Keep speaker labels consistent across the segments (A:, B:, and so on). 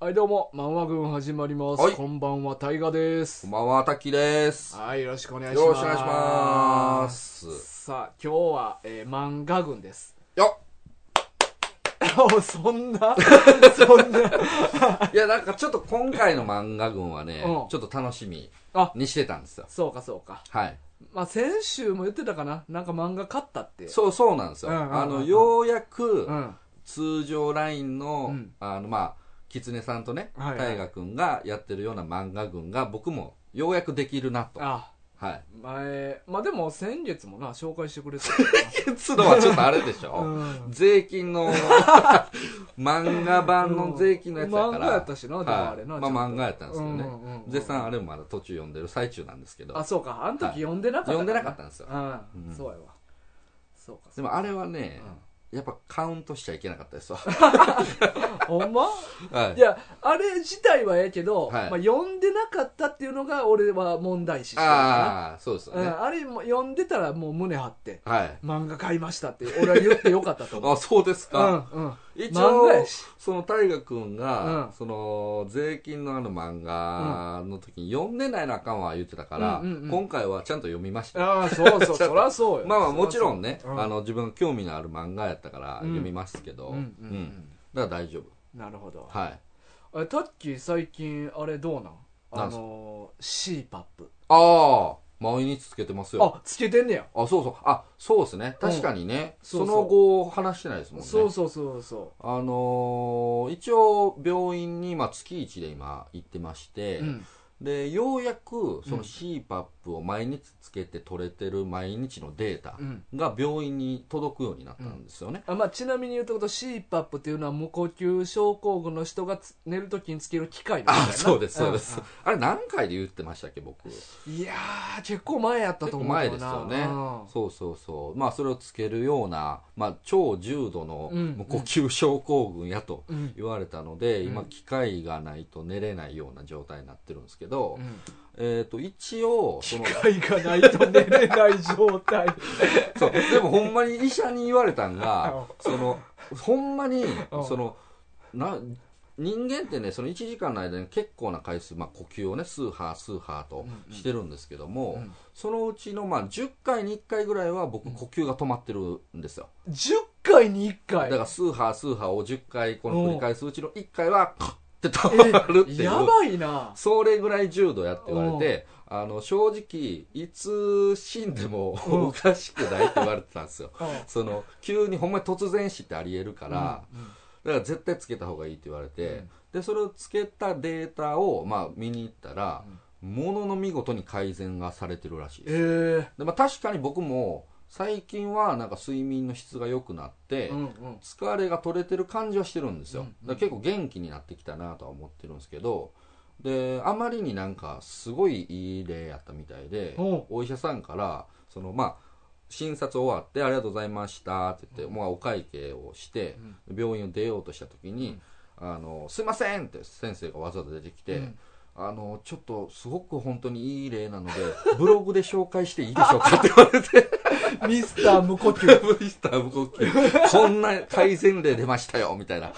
A: はい、どうも、漫画軍始まります。
B: はい
A: こんばんは、タイガで
B: こ
A: す
B: ん。ばんは、タッキーです。
A: はい、よろしくお願いします。
B: よろしくお願いします。
A: さあ、今日は、えー漫画軍 です。
B: よ
A: おそんな、 そんな。
B: っいや、なんかちょっと今回の漫画群はね、
A: うん
B: ちょっと楽しみ
A: あ
B: にしてたんですよ。
A: そうか、そうか。
B: はい。
A: まあ、先週も言ってたかな。なんか漫画買ったって。
B: そうそうなんですよ。
A: うんうんうん
B: あの、ようやく、
A: うん。
B: 通常ラインの、
A: うん
B: あの、まあ、キツネさんとね、
A: はいはい
B: 大河君がやってるような漫画群が僕もようやくできるなと。
A: あ、
B: はい。
A: 前、まあでも先月もな、紹介してくれて
B: つのはちょっとあれで した
A: から
B: ょ、
A: な。
B: 税金 の、漫画版の税金のやつだ
A: うん
B: か
A: 漫
B: ら。
A: 画やったしな、でもあれな。
B: はい、
A: ちゃ
B: まあ
A: んと
B: 漫画やったんですけどね、
A: うんうんうん
B: 絶賛あれもまだ途中読んでる最中なんですけど
A: あ、そうか。あの時
B: はい
A: 読んでなかったら。
B: 読んでなかったんですよ
A: うん。
B: うん
A: そうやわ。そうか。
B: でもあれはね、
A: うん
B: やっぱカウントしちゃいけなかったですわ、
A: ほんま
B: はい
A: いや、あれ自体はええけど、
B: はい
A: まあ、読んでなかったっていうのが俺は問題視してるか
B: ああそうですよ
A: ら、
B: ね、
A: うん、あれも読んでたらもう胸張って、
B: はい
A: 漫画買いましたって俺は言ってよかった と思う。
B: あそうです
A: うん
B: か、
A: うん、
B: 一
A: 漫
B: 応
A: 画やし
B: その大河君が、
A: うん
B: その税金のあの漫画の時に読んでないのあかんわ言ってたから、
A: うんうんうん
B: 今回はちゃんと読みました、
A: ああ そうそうそりゃそうよ
B: まあまあもちろんね、
A: うん
B: あの自分が興味のある漫画やったから読みますけど、
A: うんうんうん
B: だから大丈夫
A: なるほど
B: はい
A: あタッキー最近あれどうなんあ
B: なんす
A: のー CPAP
B: ああ毎日つけてますよ
A: あつけてんねや
B: あ、そうそう。あ、そうですね。確かにね。
A: そうそう
B: その後、話してないですもんね。
A: そうそうそうそ
B: あのー一応、病院に今、月1で今、行ってまして、
A: う、うん、
B: で、ようやく、そ
A: うん
B: の CPAP を毎日つけて取れてる毎日のデータ
A: うん
B: が病院に届くようになったんですよね。
A: あまあ、ちなみに言うとこと CPAP っていうのは無呼吸症候群の人がつ寝るときにつける機械なんだよ
B: あ
A: な、
B: そうです、そうです。あれ、何回で言ってましたっけ、僕。
A: うんいやー結構前やったと
B: 結
A: 思
B: 構
A: う
B: 前
A: け
B: で
A: ど
B: す
A: な
B: よね
A: うん
B: そうそうそうまあそれをつけるような、まあ、超重度の
A: うん
B: もう呼吸症候群やと
A: うん
B: 言われたので、
A: うん
B: 今機械がないと寝れないような状態になってるんですけど、
A: うん
B: えっ、と一応そ
A: 機
B: の
A: 械がないと寝れない状態
B: そうでもほんまに医者に言われたんがそのほんまに
A: うん
B: そのな人間ってねその1時間の間に結構な回数、まあ、呼吸をねスーハースーハーとしてるんですけども、
A: うん
B: そのうちの、まあ、10回に1回ぐらいは僕呼吸が止まってるんですよ、
A: 10回に1回
B: だからスーハースーハーを10回この繰り返すうちの1回はカッて止まるって
A: え
B: いう、
A: やばいな
B: それぐらい重度やって言われてあの正直いつ死んでも
A: うん
B: おかしくないって言われてたんですよ
A: うん
B: その急にほんまに突然死ってありえるから、だから絶対つけた方がいいって言われて、
A: うん
B: でそれをつけたデータを、まあ、見に行ったら、ものの見事に改善がされてるらしいです
A: えー
B: で、まあ、確かに僕も最近はなんか睡眠の質が良くなって、
A: うんうん
B: 疲れが取れてる感じはしてるんですよ、
A: うんうん
B: だから結構元気になってきたなとは思ってるんですけどであまりになんかすごいいい例やったみたいで
A: おう
B: お医者さんからそのまあ診察終わって「ありがとうございました」って言って、まあ、お会計をして病院を出ようとした時に「あのすいません!」って先生がわざわざ出てきて。
A: うん
B: あのちょっとすごく本当にいい例なので ブログで紹介していいでしょうかって言 われて
A: ミスター無呼 吸
B: ブリスター無呼吸こんな改善例出ましたよみたいな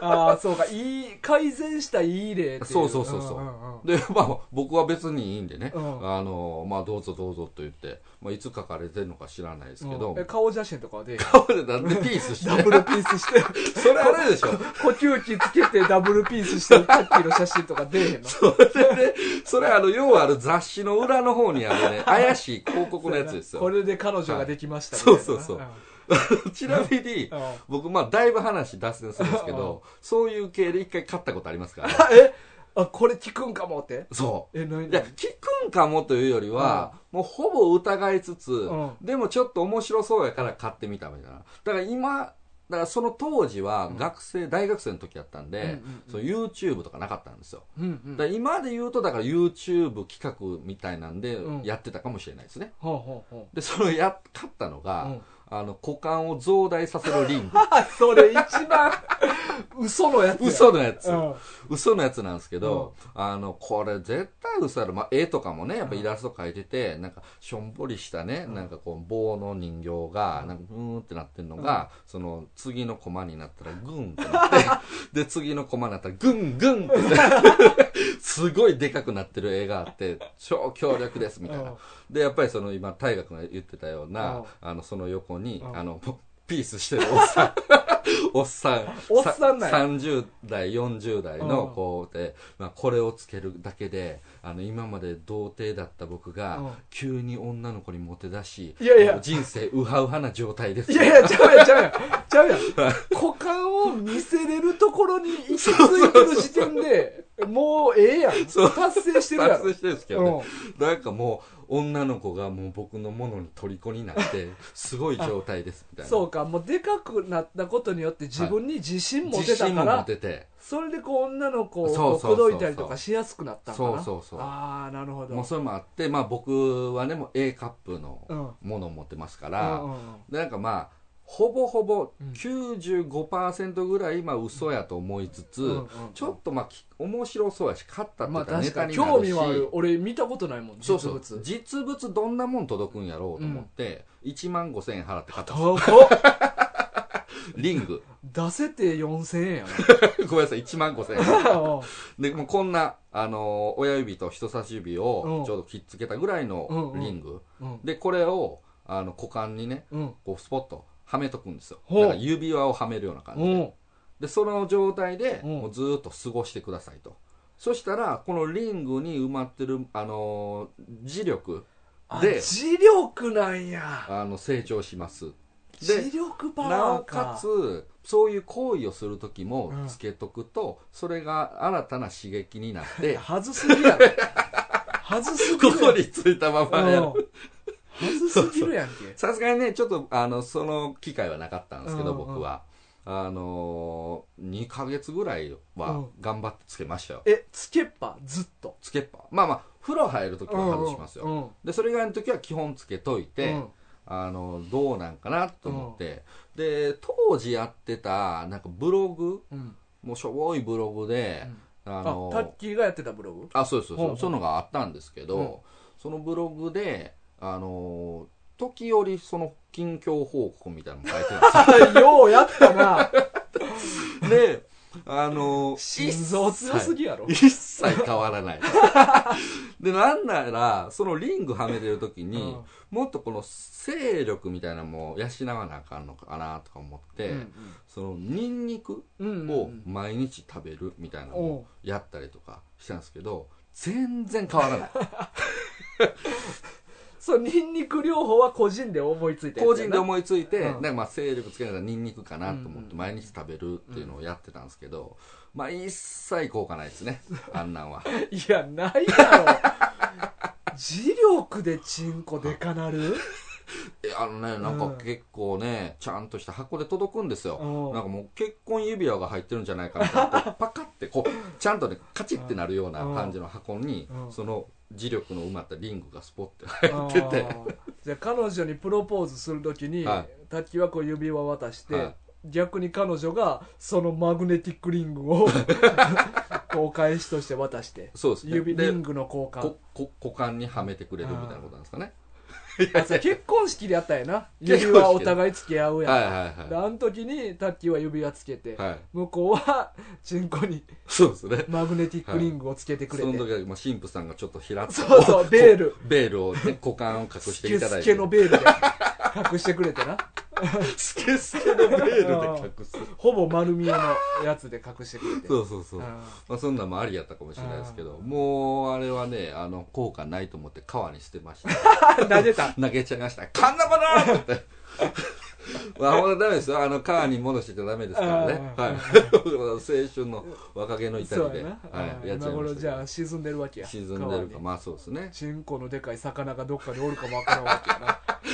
A: ああそうかいい改善したいい例ってい
B: そうそうそうそうん
A: んん
B: で まあ僕は別にいいんでね、
A: うん
B: あのまあどうぞどうぞと言って、まあ、いつ書かれてるのか知らないですけど、
A: うんえ顔写真とか はで
B: 顔でなん でピースし
A: ダ
B: て
A: ブルピースして
B: それあれでしょ
A: 呼吸器つけてダブルピースしてるタッキーの写真とか出えへんの
B: それでそれあのようある雑誌の裏の方にあ るね怪しい広告のやつです
A: こ
B: よ
A: れで彼女ができました
B: はいそうそうそう
A: みたい
B: ちなみに
A: なうん
B: 僕まあだいぶ話脱線するんですけどそういう系で一回買ったことありますか ら、ね、
A: あえあこれ聞くんかもって
B: そう
A: え何
B: いや聞くんかもというよりは、もうほぼ疑いつつ、
A: ん
B: でもちょっと面白そうやから買ってみたみたいなだから今だからその当時は学生、大学生の時やったんで、
A: うんうんうん
B: その YouTube とかなかったんですよ、
A: うんうん
B: だから今で言うとだから YouTube 企画みたいなんで
A: うん
B: やってたかもしれないですね、
A: ほうほうほ
B: でそれをや買ったのが、
A: ううん
B: あの股間を増大させるリング
A: それ一番 嘘のやつや
B: 嘘のやつ、
A: うん
B: 嘘のやつなんですけど、あのこれ絶対嘘やろ、まあ、絵とかもねやっぱイラスト描いてて、なんかしょんぼりしたね、なんかこう棒の人形がなんかブーンってなってるのが、その次のコマになったらグンってなって で次のコマになったらグングンって すごいでかくなってる絵があって、超強力ですみたいな
A: うん。
B: で、やっぱりその今、大河君が言ってたよう
A: う、
B: なんあの、その横に
A: う、ん
B: あの、ポピースしてるおっ さん。おっさん。
A: おっさんなんや
B: 30代、40代の
A: うん
B: 子で、まあ、これをつけるだけで、あの、今まで童貞だった僕
A: うん
B: が、急に女の子にモテ出し、
A: いやいや
B: もう人生ウハウハな状態です。
A: いやいや、ちゃうやん、ちゃうやん。ちゃうやん。股間を見せれるところに行き着いてる時点で、もうええやん。
B: そう
A: 達成してるや
B: 達
A: ろ
B: 成。してるんですけどね。なんかもう女の子がもう僕のものに虜になってすごい状態ですみ
A: う
B: たい
A: ん、
B: な
A: そうか、もうでかくなったことによって自分に自信持て
B: 自
A: た
B: 信
A: か
B: も
A: ら、
B: 持てて
A: それでこう女の子
B: そ
A: を
B: う
A: 口
B: そうそうそう
A: 説いたりとかしやすくなったんかな。
B: そうそうそう
A: ああ、なるほど。
B: もうそれもあってまあ僕はねもう A カップの
A: う
B: ものを持ってますか
A: うん
B: ら、
A: うんうん
B: でなんかまあほぼほぼ
A: うん
B: 95%ぐらいまあ嘘やと思いつつ、
A: うんうんうん
B: ちょっとまあき面白そうやし勝ったって
A: ま
B: 言
A: あ
B: ったらネ
A: 確
B: タ
A: かに
B: になるし、
A: 興味はある俺見たことないもん実
B: そうそう
A: 物
B: 実物どんなもん届くんやろうと思って、1万5000円払って買ったんで
A: 高っ
B: すリング
A: 出せて4000円や
B: ごめんなさい1万5000円
A: なうん
B: でもうこんな、あのー親指と人差し指
A: う
B: を
A: ん
B: ちょうどきっつけたぐらいの
A: うんうん
B: リング、
A: うん
B: でこれをあの股間にね
A: うん
B: こうスポッとはめとくんですよ
A: ほう
B: だから指輪をはめるような感じ
A: う
B: で,、
A: ん
B: でその状態で
A: うん
B: もうずーっと過ごしてくださいと、そしたらこのリングに埋まってる、あのー磁力
A: あ
B: で
A: 磁力なんや
B: あの成長しますで
A: 磁力パ
B: な
A: ワ
B: お
A: ー
B: か
A: か
B: つそういう行為をする時も
A: うん
B: つけとくと、それが新たな刺激にな って
A: 外すぎ やろ外すぎ
B: こ
A: る
B: こについたままやる
A: うん外すぎるやんけ
B: さすがにね、ちょっと、あの、その機会はなかったんですけど、
A: うんうん
B: 僕は。あのー、2ヶ月ぐらいうは
A: ん
B: 頑張ってつけましたよ。
A: えつけっぱずっと
B: つけっぱ。まあまあ、風呂入るときは外しますよ。
A: よ
B: で、それ以外のときは基本つけといて、あの、どうなんかなと思って。で、当時やってた、なんかブログ、もうしょぼいブログで、あ
A: あタ
B: のー
A: ッキーがやってたブログ
B: あそうですそうです
A: ほうほう
B: そういうのがあったんですけど、
A: うん
B: そのブログであのー時折その近況報告みたいなのも書いて るんですよ
A: ようやった な
B: であのー
A: 心臓強すぎやろ
B: 一切一切変わ らないでなんならそのリングはめてる時に、もっとこの勢力みたいなのも養わなあかんのかなとか思って、そのニンニク
A: うん
B: を毎日食べるみたいなの
A: おう
B: をやったりとかしたんですけど全然変わ らない
A: そうニンニク療法は個人で思いついたやつやな
B: 個人で思いついて、
A: うん
B: なんかまあ精力つけながらニンニクかなと思っ
A: うんう
B: て
A: ん
B: 毎日食べるっていうのをやってたんですけど、まあ一切効果ないですねあんなんはい
A: や、ないだろ。磁力でチンコでかな る
B: えあのねなんか結構ね、ちゃんとした箱で届くんですよ
A: おう
B: なんかもう結婚指輪が入ってるんじゃないかみたい なこうパカってこうちゃんとねカチッてなるような感じの箱に
A: うん
B: その磁力の埋まったリングがスポッて入ってて
A: あーじゃあ彼女にプロポーズするときに、
B: は
A: 卓球はこう指輪渡して、
B: はい
A: 逆に彼女がそのマグネティックリング をこうお返しとして渡して
B: そうですね
A: 指リ
B: で
A: ングの交換
B: ここ股間にはめてくれるみたいなことなんですかね
A: あそう結婚式でやったんやな
B: 結婚式
A: 指輪お互い付き合うやん、
B: はいはい
A: で
B: は
A: あの時に卓球は指輪つけて、
B: いはい
A: 向こうはチンコに
B: そうですね
A: マグネティックリングをつけてくれ
B: そ
A: て、
B: の時は、まあ、神父さんがちょっと平た
A: そうそうベール
B: ベールを、ね、股間を隠し
A: ス
B: てい
A: ケ
B: ただ
A: ス
B: いて
A: ケのベールで隠してくれ てな
B: スケスケのベールで隠す
A: ほぼ丸見えのやつで隠してくれて
B: そうそうそう、ま
A: あ
B: あ、そんなんもありやったかもしれないですけどもうあれはねあの効果ないと思って川に捨てました
A: ー投げた
B: 投げちゃいました「カンナバナ!」って言って。 まあ、ほんとダメですよ。あの、川に戻してちゃダメですからね。
A: あ
B: はい。
A: ー
B: 青春の若気の至
A: そ
B: り
A: う
B: で。
A: やな、
B: は
A: うん
B: い。やっちゃ
A: 今
B: いま
A: 頃
B: し
A: じ
B: た
A: ゃ
B: け
A: あ
B: ど。
A: 沈んでるわけや
B: 沈んでる
A: 川
B: か。
A: に
B: まあ、そうですね。
A: チンコのでかい魚がどっかにおるかもわからんわけや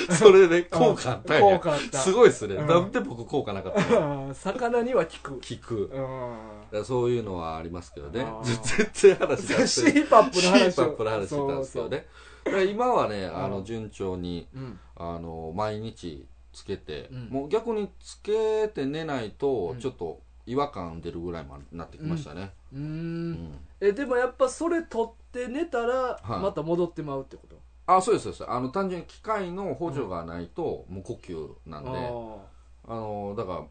A: な
B: それで効果あったんや
A: 効果あった
B: すごいですね。
A: うん
B: なんで僕効果なかったの
A: うん魚には効く
B: 聞く。だ
A: う
B: からそういうのはありますけどね
A: あ。 ー
B: 絶対話
A: んシ
B: しない。
A: ーパップ
B: シ
A: の話を
B: ーパップの話してたんですけどね。だから今はね、あ
A: う
B: の、
A: ん
B: 順調に、
A: そうそううん
B: あの、毎日つけて、
A: うん
B: もう逆につけて寝ないと
A: うん
B: ちょっと違和感出るぐらいまでなってきましたね、
A: うー
B: うん
A: んえでもやっぱそれ取って寝たら
B: はい
A: また戻ってまうってこと、
B: あそうですそうですあの単純に機械の補助がないと無呼吸なんで、
A: あ
B: あのだから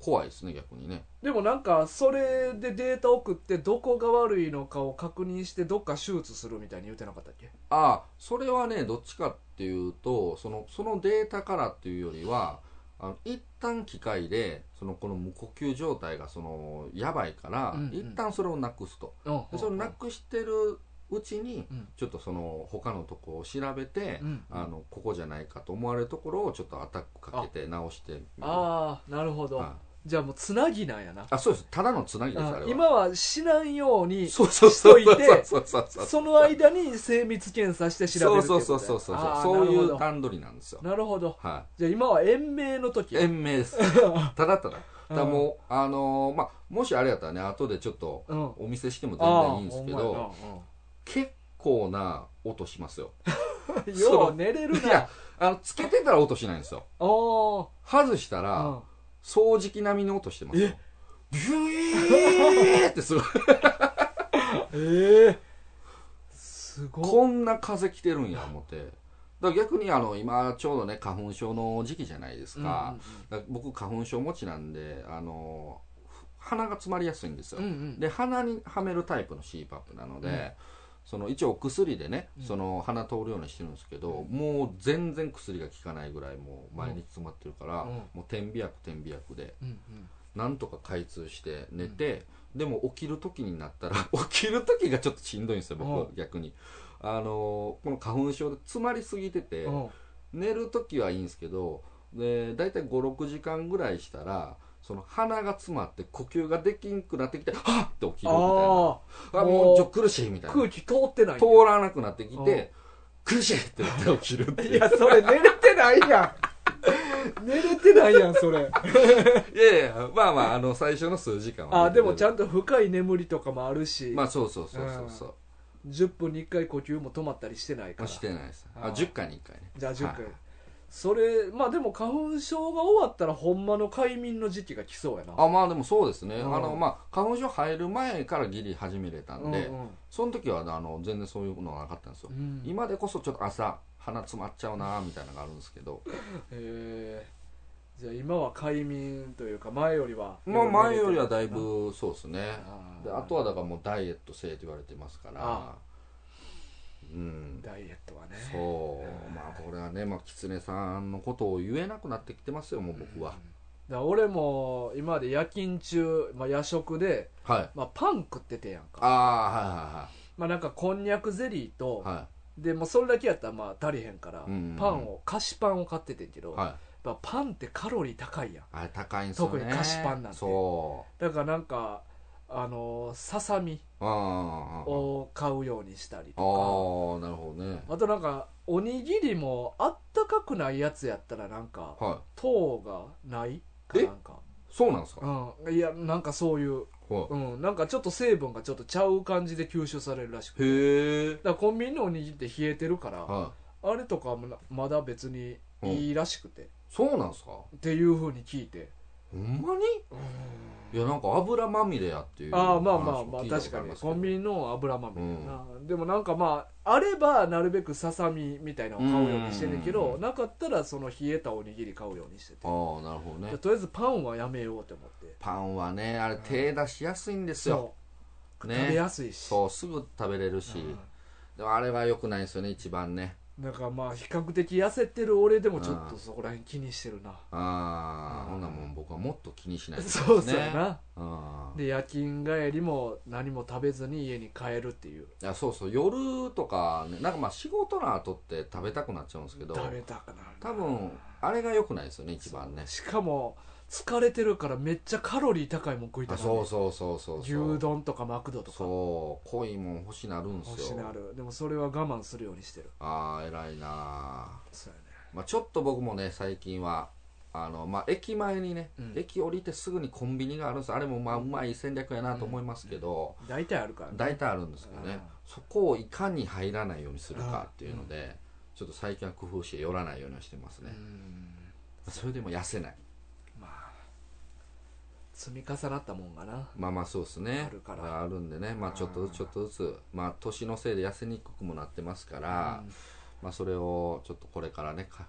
B: 怖いですね逆にね
A: ーでもなんかそれでデータ送ってどこが悪いのかを確認してどっか手術するみたいに言ってなかったっけ
B: あそれはねどっちかっていうとそのそのデータからっていうよりはあの一旦機械でそのこの無呼吸状態がそのやばいから、
A: うんうん
B: 一旦それをなくすとでそれをなくしてるうちに、
A: うん
B: ちょっとその他のとこを調べて、
A: うん
B: あのここじゃないかと思われるところをちょっとアタックかけて直してみる
A: ああなるほど、
B: はい
A: じゃあもうつなぎなんやな
B: あそうですただのつなぎですあ
A: あ
B: れは
A: 今は死なんように
B: そうそうそう
A: しといて
B: そうそうそうそう
A: その間に精密検査して調べるってい
B: そうう
A: こと
B: そう
A: や
B: そうそうそう
A: あー
B: そう
A: なる
B: いう
A: ほど
B: 段取りなんですよ
A: なるほど
B: はい
A: じゃあ今は延命の時
B: 延命です ただ
A: う
B: ただだ
A: ん
B: からもう、あのーまあもしあれやったらね後でちょっと
A: うん
B: お見せしても全
A: あ
B: 然いいんですけど結構な音しますよ
A: ーほんまやなよう寝れる
B: い
A: な
B: やあのつけてたら音しないんですよ
A: おー
B: 外した
A: う
B: ら、
A: ん
B: 掃除機並みの音してますよ
A: え
B: ビューってす ごい
A: ええすごい
B: こんな風来てるんや思ってだから逆にあの今ちょうどね花粉症の時期じゃないですか,、だから僕花粉症持ちなんであのふ鼻が詰まりやすいんですよ、
A: うんうん
B: で鼻にはめるタイプの CPAP なので、その一応薬でね、
A: うん
B: その鼻通るようにしてるんですけど、もう全然薬が効かないぐらいもう毎日詰まってるから、
A: うん
B: もう点鼻薬点鼻薬で
A: うんうん
B: なんとか開通して寝て、でも起きる時になったら 起きる時がちょっとしんどいんですよ僕
A: う
B: 逆にあのーこの花粉症で詰まりすぎてて、
A: うん
B: 寝る時はいいんですけどで大体56時間ぐらいしたらその鼻が詰まって呼吸ができんくなってきてはっって起きるみたいな
A: ああ
B: あもうちょっと苦しいみ
A: あ
B: たいな
A: 空気通ってない
B: 通らなくなってき
A: うん
B: て苦しいってなって起きるっていう
A: いやそれ寝れてないやん 寝れてないやんそれ
B: いやいやまあまああの最初の数時間は
A: あでもちゃ
B: ん
A: んと深い眠りとかもあるし、
B: まあそうそうそうそうそう
A: 10分に1回呼吸も止まったりしてないか
B: まあ
A: ら
B: してないです
A: あ
B: あ10回に1回ね
A: じゃあ10回、
B: はい
A: それまあでも花粉症が終わったらほんまの快眠の時期が来そうやな
B: あまあでもそうですね、
A: うん
B: あのまあ花粉症入る前からギリ始めれたんで、
A: うんうん
B: その時はあの全然そういうのはなかったんですよ、
A: うん
B: 今でこそちょっと朝鼻詰まっちゃうなみたいなのがあるんですけど
A: へーじゃあ今は快眠というか前よりは
B: まあ前よりはだい
A: うん
B: ぶそうですね
A: あー
B: であとはだからもうダイエットせえと言われてますか
A: あ
B: らうん
A: ダイエットはね
B: そうまあこれはねまあ狐さんのことを言えなくなってきてますよもう僕は、
A: だから俺も今まで夜勤中、まあ、夜食で、
B: はい
A: まあ、パン食っててやんか
B: あ
A: まあなんかこんにゃくゼリーと、
B: あはいはいはい
A: でもうそれだけやったらまあ足りへんから、
B: うんうんうん
A: パンを菓子パンを買っててんけど、
B: はい
A: やっ
B: はい
A: ぱパンってカロリー高いやん
B: あれ高いんですよね
A: 特に菓子パンなんて
B: そ
A: だからなんかあのーささみ
B: うああ
A: を買うようにしたり
B: あ
A: と
B: ーなるほどね
A: かあとなんかおにぎりもあったかくないやつやったらなんか
B: はい
A: 糖がないかなんか
B: そうなんですか、
A: うんいやなんかそういう、
B: は
A: うん、なんかちょっと成分がちょっとちゃう感じで吸収されるらしく
B: い
A: て
B: へえ
A: だからコンビニのおにぎりって冷えてるから、
B: は
A: あれとかもなまだ別にいいらしくて、
B: いそうなんですか
A: っていうふうに聞いて
B: ほんまにいやなんか油まみれやっていう
A: ああまあまあまあ
B: 話を聞いたこ
A: 確
B: と
A: か
B: り
A: に
B: ますけど
A: コンビニの油豆、でもなんかまああればなるべくささみみたいなのを買うようにしてんねんけ
B: うんうん
A: ど
B: う
A: なかったらその冷えたおにぎり買うようにしてて
B: ああなるほどね
A: でとりあえずパンはやめようと思って
B: パンはねあれ手出しやすいんですよ、
A: そう食べ
B: ね
A: やすいし、
B: そうすぐ食べれるし、でもあれは良くないですよね一番ね
A: なんかまあ比較的痩せてる俺でもちょっとそこら辺気にしてる な、
B: ああ、
A: う
B: ほ
A: ん
B: んなもん僕はもっと気にしないとですね
A: そうそうやな
B: うん
A: で夜勤帰りも何も食べずに家に帰るっていう
B: いやそうそう夜とか、ね、なんかまあ仕事の後って食べたくなっちゃうんですけど
A: 食べたくなるな
B: 多分あれが良くないですよね一番ね
A: しかも疲れてるからめっちゃカロリー高いもん食いた
B: あ
A: くなる
B: そうそうそうそうそう
A: 牛丼とかマクドとか
B: そう濃いもん欲しなるんすよ
A: 欲しなるでもそれは我慢するようにしてる
B: ああ偉いなあ
A: そうや
B: まあ、ちょっと僕もね最近はあの、まあ、駅前にね、
A: うん
B: 駅降りてすぐにコンビニがあるんですあれもまあうまい戦略やなと思いますけど、
A: ね大体あるからね
B: 大体あるんですけどね、
A: うん
B: そこをいかに入らないようにするかっていうので、ちょっと最近は工夫して寄らないようにはしてます
A: う
B: ね、
A: ん
B: それでも痩せない
A: まあ積み重なったもんがな
B: まあまあそうですね
A: あるから
B: あるんでねまあちょっとずつちょっとずつまあ年のせいで痩せにくくもなってますから、まあそれをちょっとこれからねか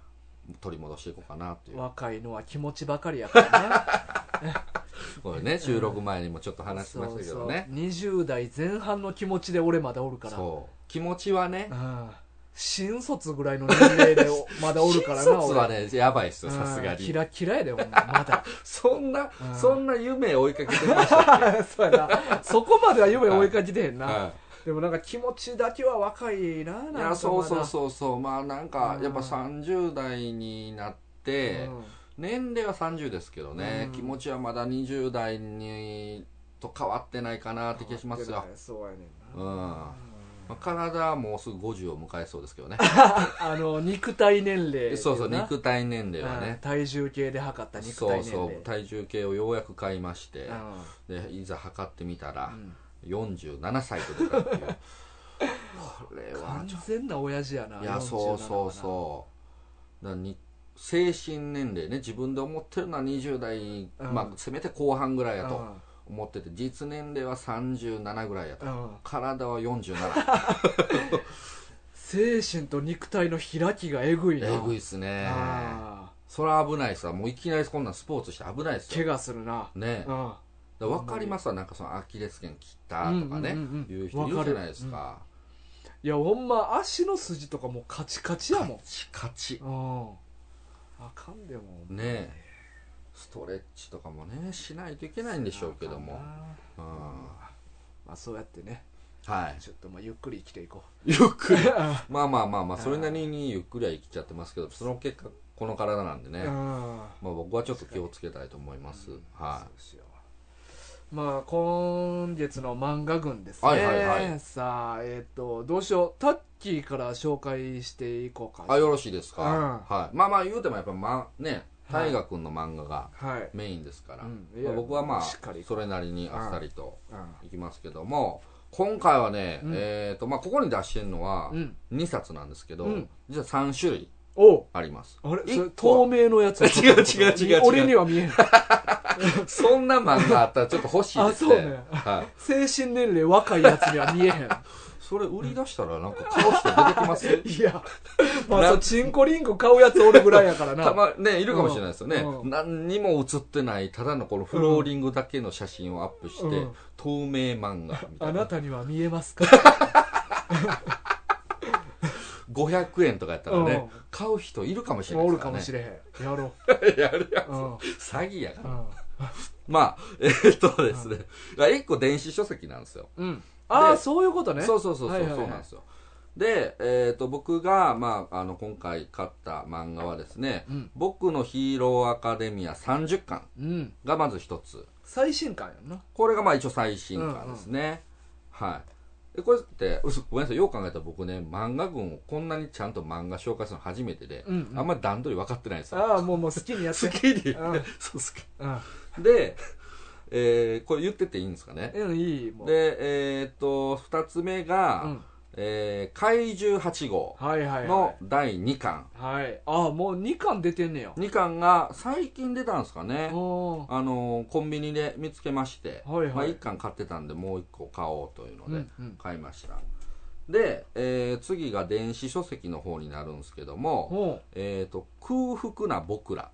B: 取り戻していこうかなという
A: 若いのは気持ちばかりやから
B: これね収録前にもちょっと
A: ね
B: 話しましたけどね
A: 20代前半の気持ちで俺まだおるから
B: そう気持ちはね
A: うん新卒ぐらいの年齢で おまだおるからな
B: 新卒はねやばいっすよ
A: 俺
B: さすが
A: うんキ
B: に
A: ラキラやで ほんままだ
B: そんな
A: うん
B: そんな夢追いかけてましたっ
A: そうやなそこまでは夢追いかけてへん
B: け
A: な、
B: はい
A: でもなんか気持ちだけは若いななん
B: い
A: か
B: やそうそう
A: う
B: そうそうまあなんか
A: うん
B: やっぱ30代になって、年齢は30ですけどね、
A: うん
B: 気持ちはまだ20代にと変わってないかなって気がしますよ、
A: そうやねん
B: うん
A: な、
B: まあ、体はもうすぐ50を迎えそうですけどね
A: あの肉体年齢
B: そうそう
A: っていな
B: 肉体年齢は
A: うん
B: ね、
A: 体重計で測った肉体
B: そう
A: 年齢
B: そう体重計をようやく買いまして
A: う、
B: でいざ測ってみたら
A: ん、
B: 47歳と出た っていうこれは
A: 完
B: ちょっ
A: 全な親父やな
B: といやそうそう
A: う
B: そうだからに精神年齢ね自分で思ってるのは20代、
A: うん
B: まあ、せめて後半ぐらいやと思ってて実年齢は37ぐらいやと
A: うん、
B: 体は47
A: 精神と肉体の開きがえぐいな
B: えぐいっすね
A: あ
B: それは危ないさもういきなりこんなんスポーツして危ないっ
A: ー
B: す
A: 怪
B: よ
A: 我するな、
B: ね
A: う
B: だか
A: ん、
B: ら分かりますわなんかそのアキレス腱切ったとかね、
A: うんうんうんうん
B: いう人いるじゃないですか
A: いやほんま足の筋とかもうカチカチやもん
B: カチカチ
A: うんあかんでも
B: ねえストレッチとかもねしないといけないんでしょうけども
A: あかんな
B: うん
A: まあそうやってね
B: はい
A: ちょっとまあゆっくり生きていこ う
B: ゆっくりまあまあまあまあそれなりにゆっくりは生きちゃってますけどその結果この体なんでね、
A: うん
B: まあ、僕はちょっと気をつけたいと思います、は
A: そうですよまあ今月の漫画群ですね、
B: はいはいはい
A: さあえっ、とどうしようタッキーから紹介していこうか
B: いあよろしいですか、
A: うん
B: はい、まあまあ言うてもやっぱ、ま、ね大河君の漫画が
A: はい、
B: メインですから、
A: うんい
B: ま
A: や
B: あ僕はま
A: しっかり
B: あそれなりにあっさりと
A: う
B: いきますけども今回はね、
A: うん
B: えっ、とまあここに出してるのは
A: ん、うん、
B: 2冊なんですけど、
A: うん
B: 実は3種類
A: おう
B: あります
A: あれ
B: 一
A: それ
B: 個
A: 透
B: は
A: 明のやつ
B: 違う違う違う違う
A: 俺には見えない
B: そんな漫画あったらちょっと欲しいですね
A: あそうね
B: はい、
A: 精神年齢若いやつには見えへん
B: それ売り出したらなんか顔して出てきま す
A: いや、まあ、そう、チンコリンコ買うやつおるぐらいやからな。
B: たまねいるかもしれないですよね、
A: うん
B: 何にも写ってないただのこのフローリングだけの写真をアップして、
A: うん
B: 透明漫画みた
A: あ
B: い
A: な
B: な
A: たには見えますか
B: 500円とかやったらね、
A: うん
B: 買う人いるかもしれない
A: お
B: で
A: る
B: す
A: かもし
B: れ
A: れへん。 やろ
B: ないやるや
A: う。うん。
B: ん詐欺やから、
A: うん
B: まあえーっとですね、1個電子書籍なんですよ
A: うん。ああ、
B: で
A: そういうことね。
B: そうそうそうそ
A: は
B: う、
A: いはいはい
B: そうなんですよで、えー、と僕が、まあ、あの今回買った漫画はですね「
A: うん
B: 僕のヒーローアカデミア30巻
A: うん。」
B: がまず一つ
A: 最新刊やんな。
B: これがまあ一応最新刊ですね、はいでこれってうそごめんなさいよう考えたら僕ね漫画群をこんなにちゃんと漫画紹介するの初めてで、
A: うんうん
B: あんまり段取り分かってないんです よ
A: ああ、もうもう好きにやって
B: 好。きに
A: うん
B: そう好き
A: うん
B: で、えーこれ言ってていいんですかね
A: うん。いい、もう。
B: でえーっと2つ目が、
A: うん。
B: えー怪獣8号
A: はいはいはい。
B: の第2巻、
A: はい。ああ、もう2巻出てんねや。
B: 2巻が最近出たんですかね
A: おー
B: あのーコンビニで見つけまして、
A: はいはい
B: まあ、1巻買ってたんでもう1個買おうというの
A: う
B: で
A: んうん
B: 買いました、で、えー次が電子書籍の方になるんですけども
A: おう
B: 「えー、と空腹な僕ら」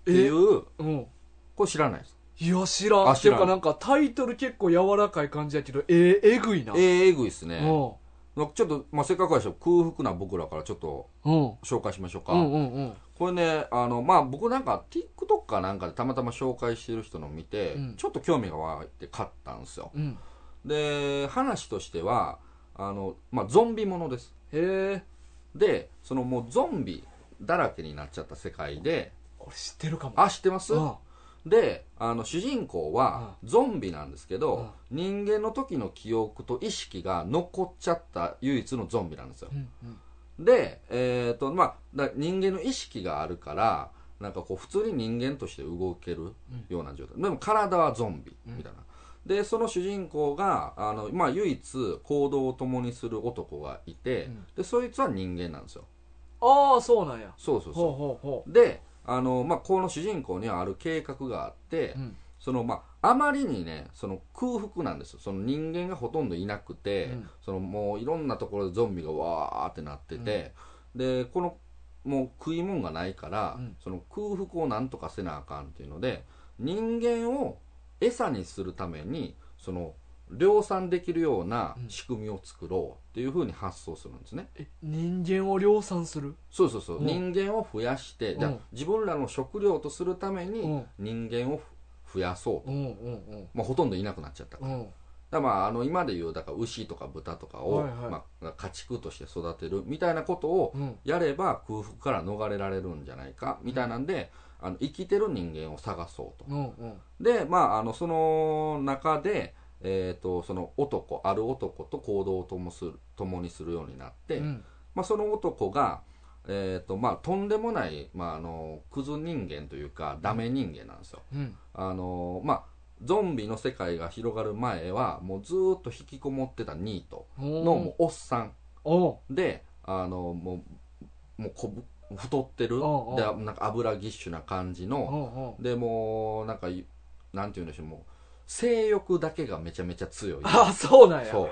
B: っていう
A: うん。
B: これ知らないです
A: いや、知らん。
B: あ知らん
A: ていうかなんかタイトル結構柔らかい感じやけど、ええ、えぐいな。
B: えー、えぐいっすね
A: うん。
B: なんかちょっと、まあ、せっかくでしょ空腹な僕らからちょっと
A: うん。
B: 紹介しましょうか、
A: うんうんうん。
B: これねあの、まあ、僕なんか TikTok かなんかでたまたま紹介してる人のを見て、
A: うん
B: ちょっと興味が湧いて買ったんですよ
A: うん。
B: で話としてはあの、まあ、ゾンビものです
A: へえ。
B: でそのもうゾンビだらけになっちゃった世界で
A: これ知ってるかも。
B: あ知ってます
A: うん
B: であの主人公はゾンビなんですけど、人間の時の記憶と意識が残っちゃった唯一のゾンビなんですよ
A: うんうん。
B: で、えーとまあ、だ人間の意識があるからなんかこう普通に人間として動けるような状態、でも体はゾンビみたいな、でその主人公があの、まあ、唯一行動を共にする男がいて、
A: うん
B: でそいつは人間なんですよ
A: ああ、そうなんや。
B: そうそう
A: ほう
B: そ
A: ほうほ
B: うであの、まあ、この主人公にはある計画があって、
A: うん
B: その、まあ、あまりにね、その空腹なんですよ。その人間がほとんどいなくて、
A: うん
B: そのもういろんなところでゾンビがわーってなってて、で、この、もう食い物がないから、
A: うん
B: その空腹をなんとかせなあかんっていうので、人間を餌にするために、その、量産できるような仕組みを作ろうっていうふうに発想するんですね。
A: え人間を量産する
B: そうそうそう、
A: うん
B: 人間を増やして、じゃあ
A: うん
B: 自分らの食料とするため
A: う
B: に
A: ん
B: 人間を増やそうと、
A: うんうん
B: まあ、ほとんどいなくなっちゃったか
A: う
B: ら,、
A: ん
B: まああの今でいうだから牛とか豚とかを、
A: はいはい
B: まあ、家畜として育てるみたいなことを
A: うん
B: やれば空腹から逃れられるんじゃないかみたいなんで、あの生きてる人間を探そう
A: う
B: と
A: んうん
B: でまああのその中でえー、とその男ある男と行動を共する共にするようになって、
A: うん
B: まあ、その男が、えーとまあ、とんでもない、まあ、あのクズ人間というかダメ人間なんですよ
A: うん
B: あの、まあ、ゾンビの世界が広がる前はもうずーっと引きこもってたニートのもうおっさん
A: おう
B: であのもうもうこぶ太ってるで
A: おうおう
B: なんか油ぎっしゅな感じ
A: おう
B: の
A: おう
B: でもうなんかいなんて言うんでしょうもう性欲だけがめちゃめちゃ強い
A: あそうなんや
B: そ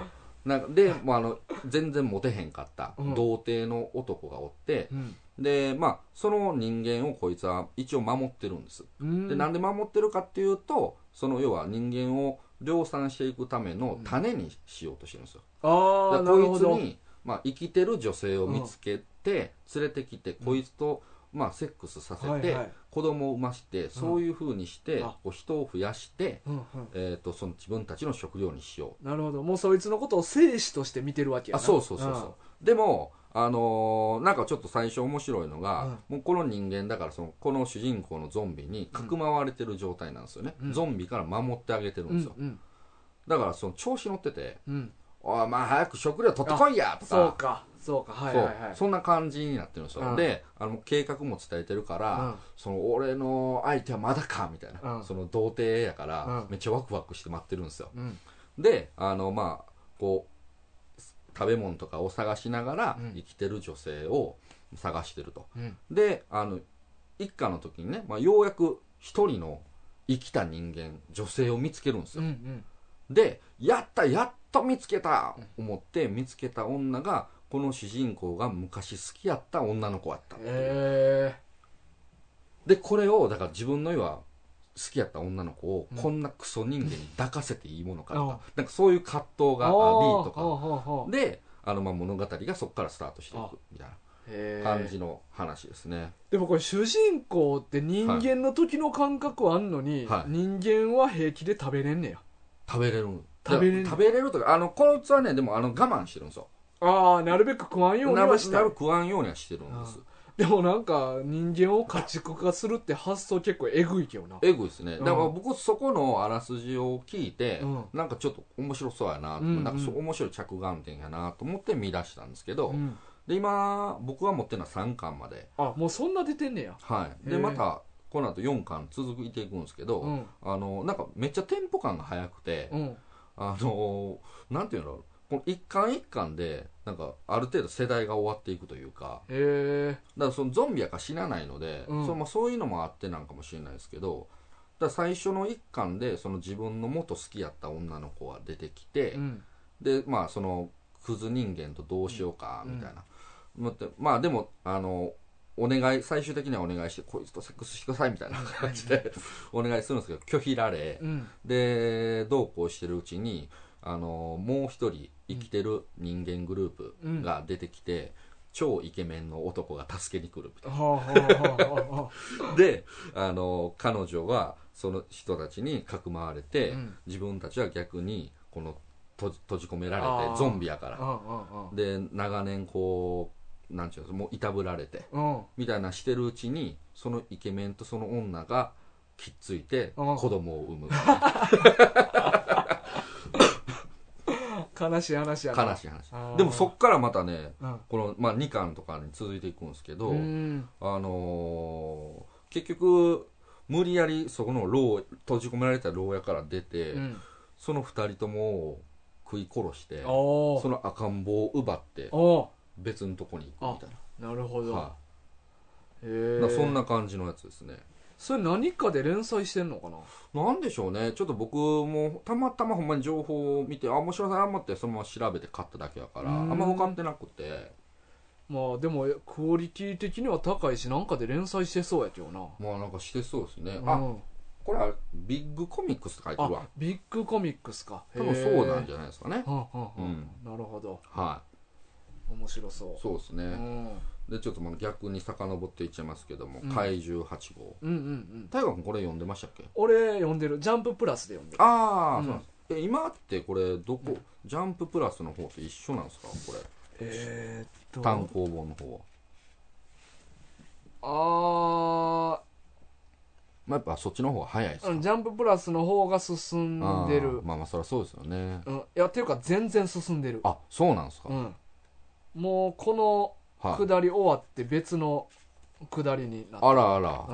B: うなんかでもうあの全然モテへんかった、
A: うん
B: 童貞の男がおって
A: うん
B: でまあその人間をこいつは一応守ってるんです、
A: うん
B: でなんで守ってるかっていうとその要は人間を量産していくための種にしようとしてるんですよ、
A: ああ
B: だ
A: な
B: か
A: る
B: らこ
A: ほ
B: いつ
A: ど
B: に、まあ、生きてる女性を見つけて、連れてきてこいつと、まあ、セックスさせて、
A: はいはい
B: 子供を産まして、そういうふうにして
A: あ
B: こう人を増やして、
A: うんうん
B: えー、とその自分たちの食料にしよう
A: なるほどもうそいつのことを生死として見てるわけや
B: あ
A: な
B: そうそうそうそう、でもあのーなんかちょっと最初面白いのが、もうこの人間だからそのこの主人公のゾンビにかくまわれてる状態なんですよね、
A: うん
B: ゾンビから守ってあげてるん
A: うんう
B: で
A: ん
B: すよ、
A: うん
B: だからその調子乗ってて
A: うん
B: 「おいまあ早く食料取ってこいや!」と
A: そう
B: か
A: かそうかはい
B: そう
A: はいはい
B: そんな感じになってるんですよ、
A: うん
B: であの計画も伝えてるから、
A: うん
B: その俺の相手はまだかみたいな、
A: うん
B: その童貞やから、
A: うん
B: めっちゃワクワクして待ってるんですよ
A: うん
B: であのまあこう食べ物とかを探しながら
A: うん
B: 生きてる女性を探してると、
A: うん
B: であの一家の時にね、まあ、ようやく一人の生きた人間女性を見つけるんです
A: う
B: よ、
A: ん
B: でやったやっと見つけた思って見つけた女がこの主人公が昔好きやった女の子やったっていう
A: へ
B: でこれをだから自分の要は好きやった女の子をこんなクソ人間に抱かせていいものかとか、
A: うん
B: なんかそういう葛藤
A: え
B: がありとか
A: か
B: であのまあ物語がそこからスタートしてい
A: あ
B: くみたいな感じの話ですね、
A: でもこれ主人公って人間の時の感覚あんのに、
B: はい
A: 人間は平気で食べれんねや
B: 食べれる
A: 食べれる
B: だから食べれるとかあのこいつはねでもあの我慢してるんですよ
A: ああなるべく食わんように
B: なる
A: はした
B: ないる食わんようにはしてるんです
A: でもなんか人間を家畜化するって発想結構えぐいけどな
B: えぐいですね
A: うん
B: だから僕そこのあらすじを聞いて、
A: うん
B: なんかちょっと面白そうやな,、
A: うんうん
B: なんかそう面白い着眼点やなと思って見出したんですけど、
A: うん
B: で今僕が持ってるのは3巻まで
A: あもうそんな出てんねや
B: はい
A: へ
B: で
A: え
B: またこの後4巻続いていくんですけど、
A: うん
B: あのなんかめっちゃテンポ感が速くて、
A: うん
B: あのーなんていうのこの一巻一巻でなんかある程度世代が終わっていくというか
A: へえ
B: だからそのゾンビやから死なないので、
A: うん
B: そまあ、そういうのもあってなんかもしれないですけどだから最初の一巻でその自分の元好きやった女の子が出てきて、
A: うん
B: でまあそのクズ人間とどうしようかみたいな、思ってまあでもあのお願い最終的にはお願いしてこいつとセックスしてくださいみたいな感じ でお願いするんですけど拒否られ、
A: うん
B: でどうこうしてるうちにあのもう一人生きてる人間グループが出てきて、超イケメンの男が助けに来るみた
A: はいあはあはあは
B: なであの彼女はその人たちにかくまわれて、
A: うん
B: 自分たちは逆にこの閉じ閉じ込められ
A: あー
B: てゾンビやか
A: あ
B: ら
A: うん
B: で長年こうなんちゅうのもういたぶられて
A: うんうん
B: みたいなしてるうちにそのイケメンとその女がきっついて
A: うん
B: 子供を産 む
A: うん悲しい話やな
B: 悲しい話
A: あー
B: でもそっからまたね
A: うん
B: この、まあ、2巻とかに続いていくんですけど、
A: うん
B: あのー結局無理やりそこの牢閉じ込められた牢屋から出て、
A: うん
B: その2人とも食い殺して
A: お
B: その赤ん坊を奪って
A: お
B: 別のとこに行くみたい
A: なるほ
B: な、
A: ど
B: は
A: へへ
B: なんかそん
A: な
B: な感じのやつですね
A: それ何かで連載してんのかな
B: なんでしょうねちょっと僕もたまたまほんまに情報を見てあ面白さあんまってそのまま調べて買っただけやからあ
A: うん
B: んま分かってなくて
A: まあでもクオリティ的には高いしなんかで連載してそうやけどな
B: まあなんかしてそうですね
A: う
B: あ
A: ん
B: これはビッグコミックスって書いてるわ
A: あビッグコミックスか
B: 多分そうな
A: ゃ
B: んじゃないですかね
A: はんはんはん
B: う
A: なるほど
B: は
A: 面白そ
B: いそうです
A: うう
B: ね
A: ん
B: でちょっともう逆に遡っていっちゃいますけども
A: うん
B: 「怪獣8号
A: うんうんう」ん
B: 大河君これ読んでましたっけ
A: 俺読んでるジャンププラスで読んでる
B: ああ、
A: うん
B: そうなんですえ今ってこれどこジャンププラスの方と一緒なんですかこれ
A: えーっと
B: 単行本の方は、
A: あ
B: まあ、やっぱそっちの方が早いです
A: ー
B: か
A: うんジャンププラスの方が進
B: あ
A: ん
B: ー
A: でる
B: まあまあそりゃそうですよね
A: うんいやっていうか全然進んでる
B: あそうなんですか、
A: うんもうこの
B: はい
A: 下り終わって別の下りになっ
B: あらあら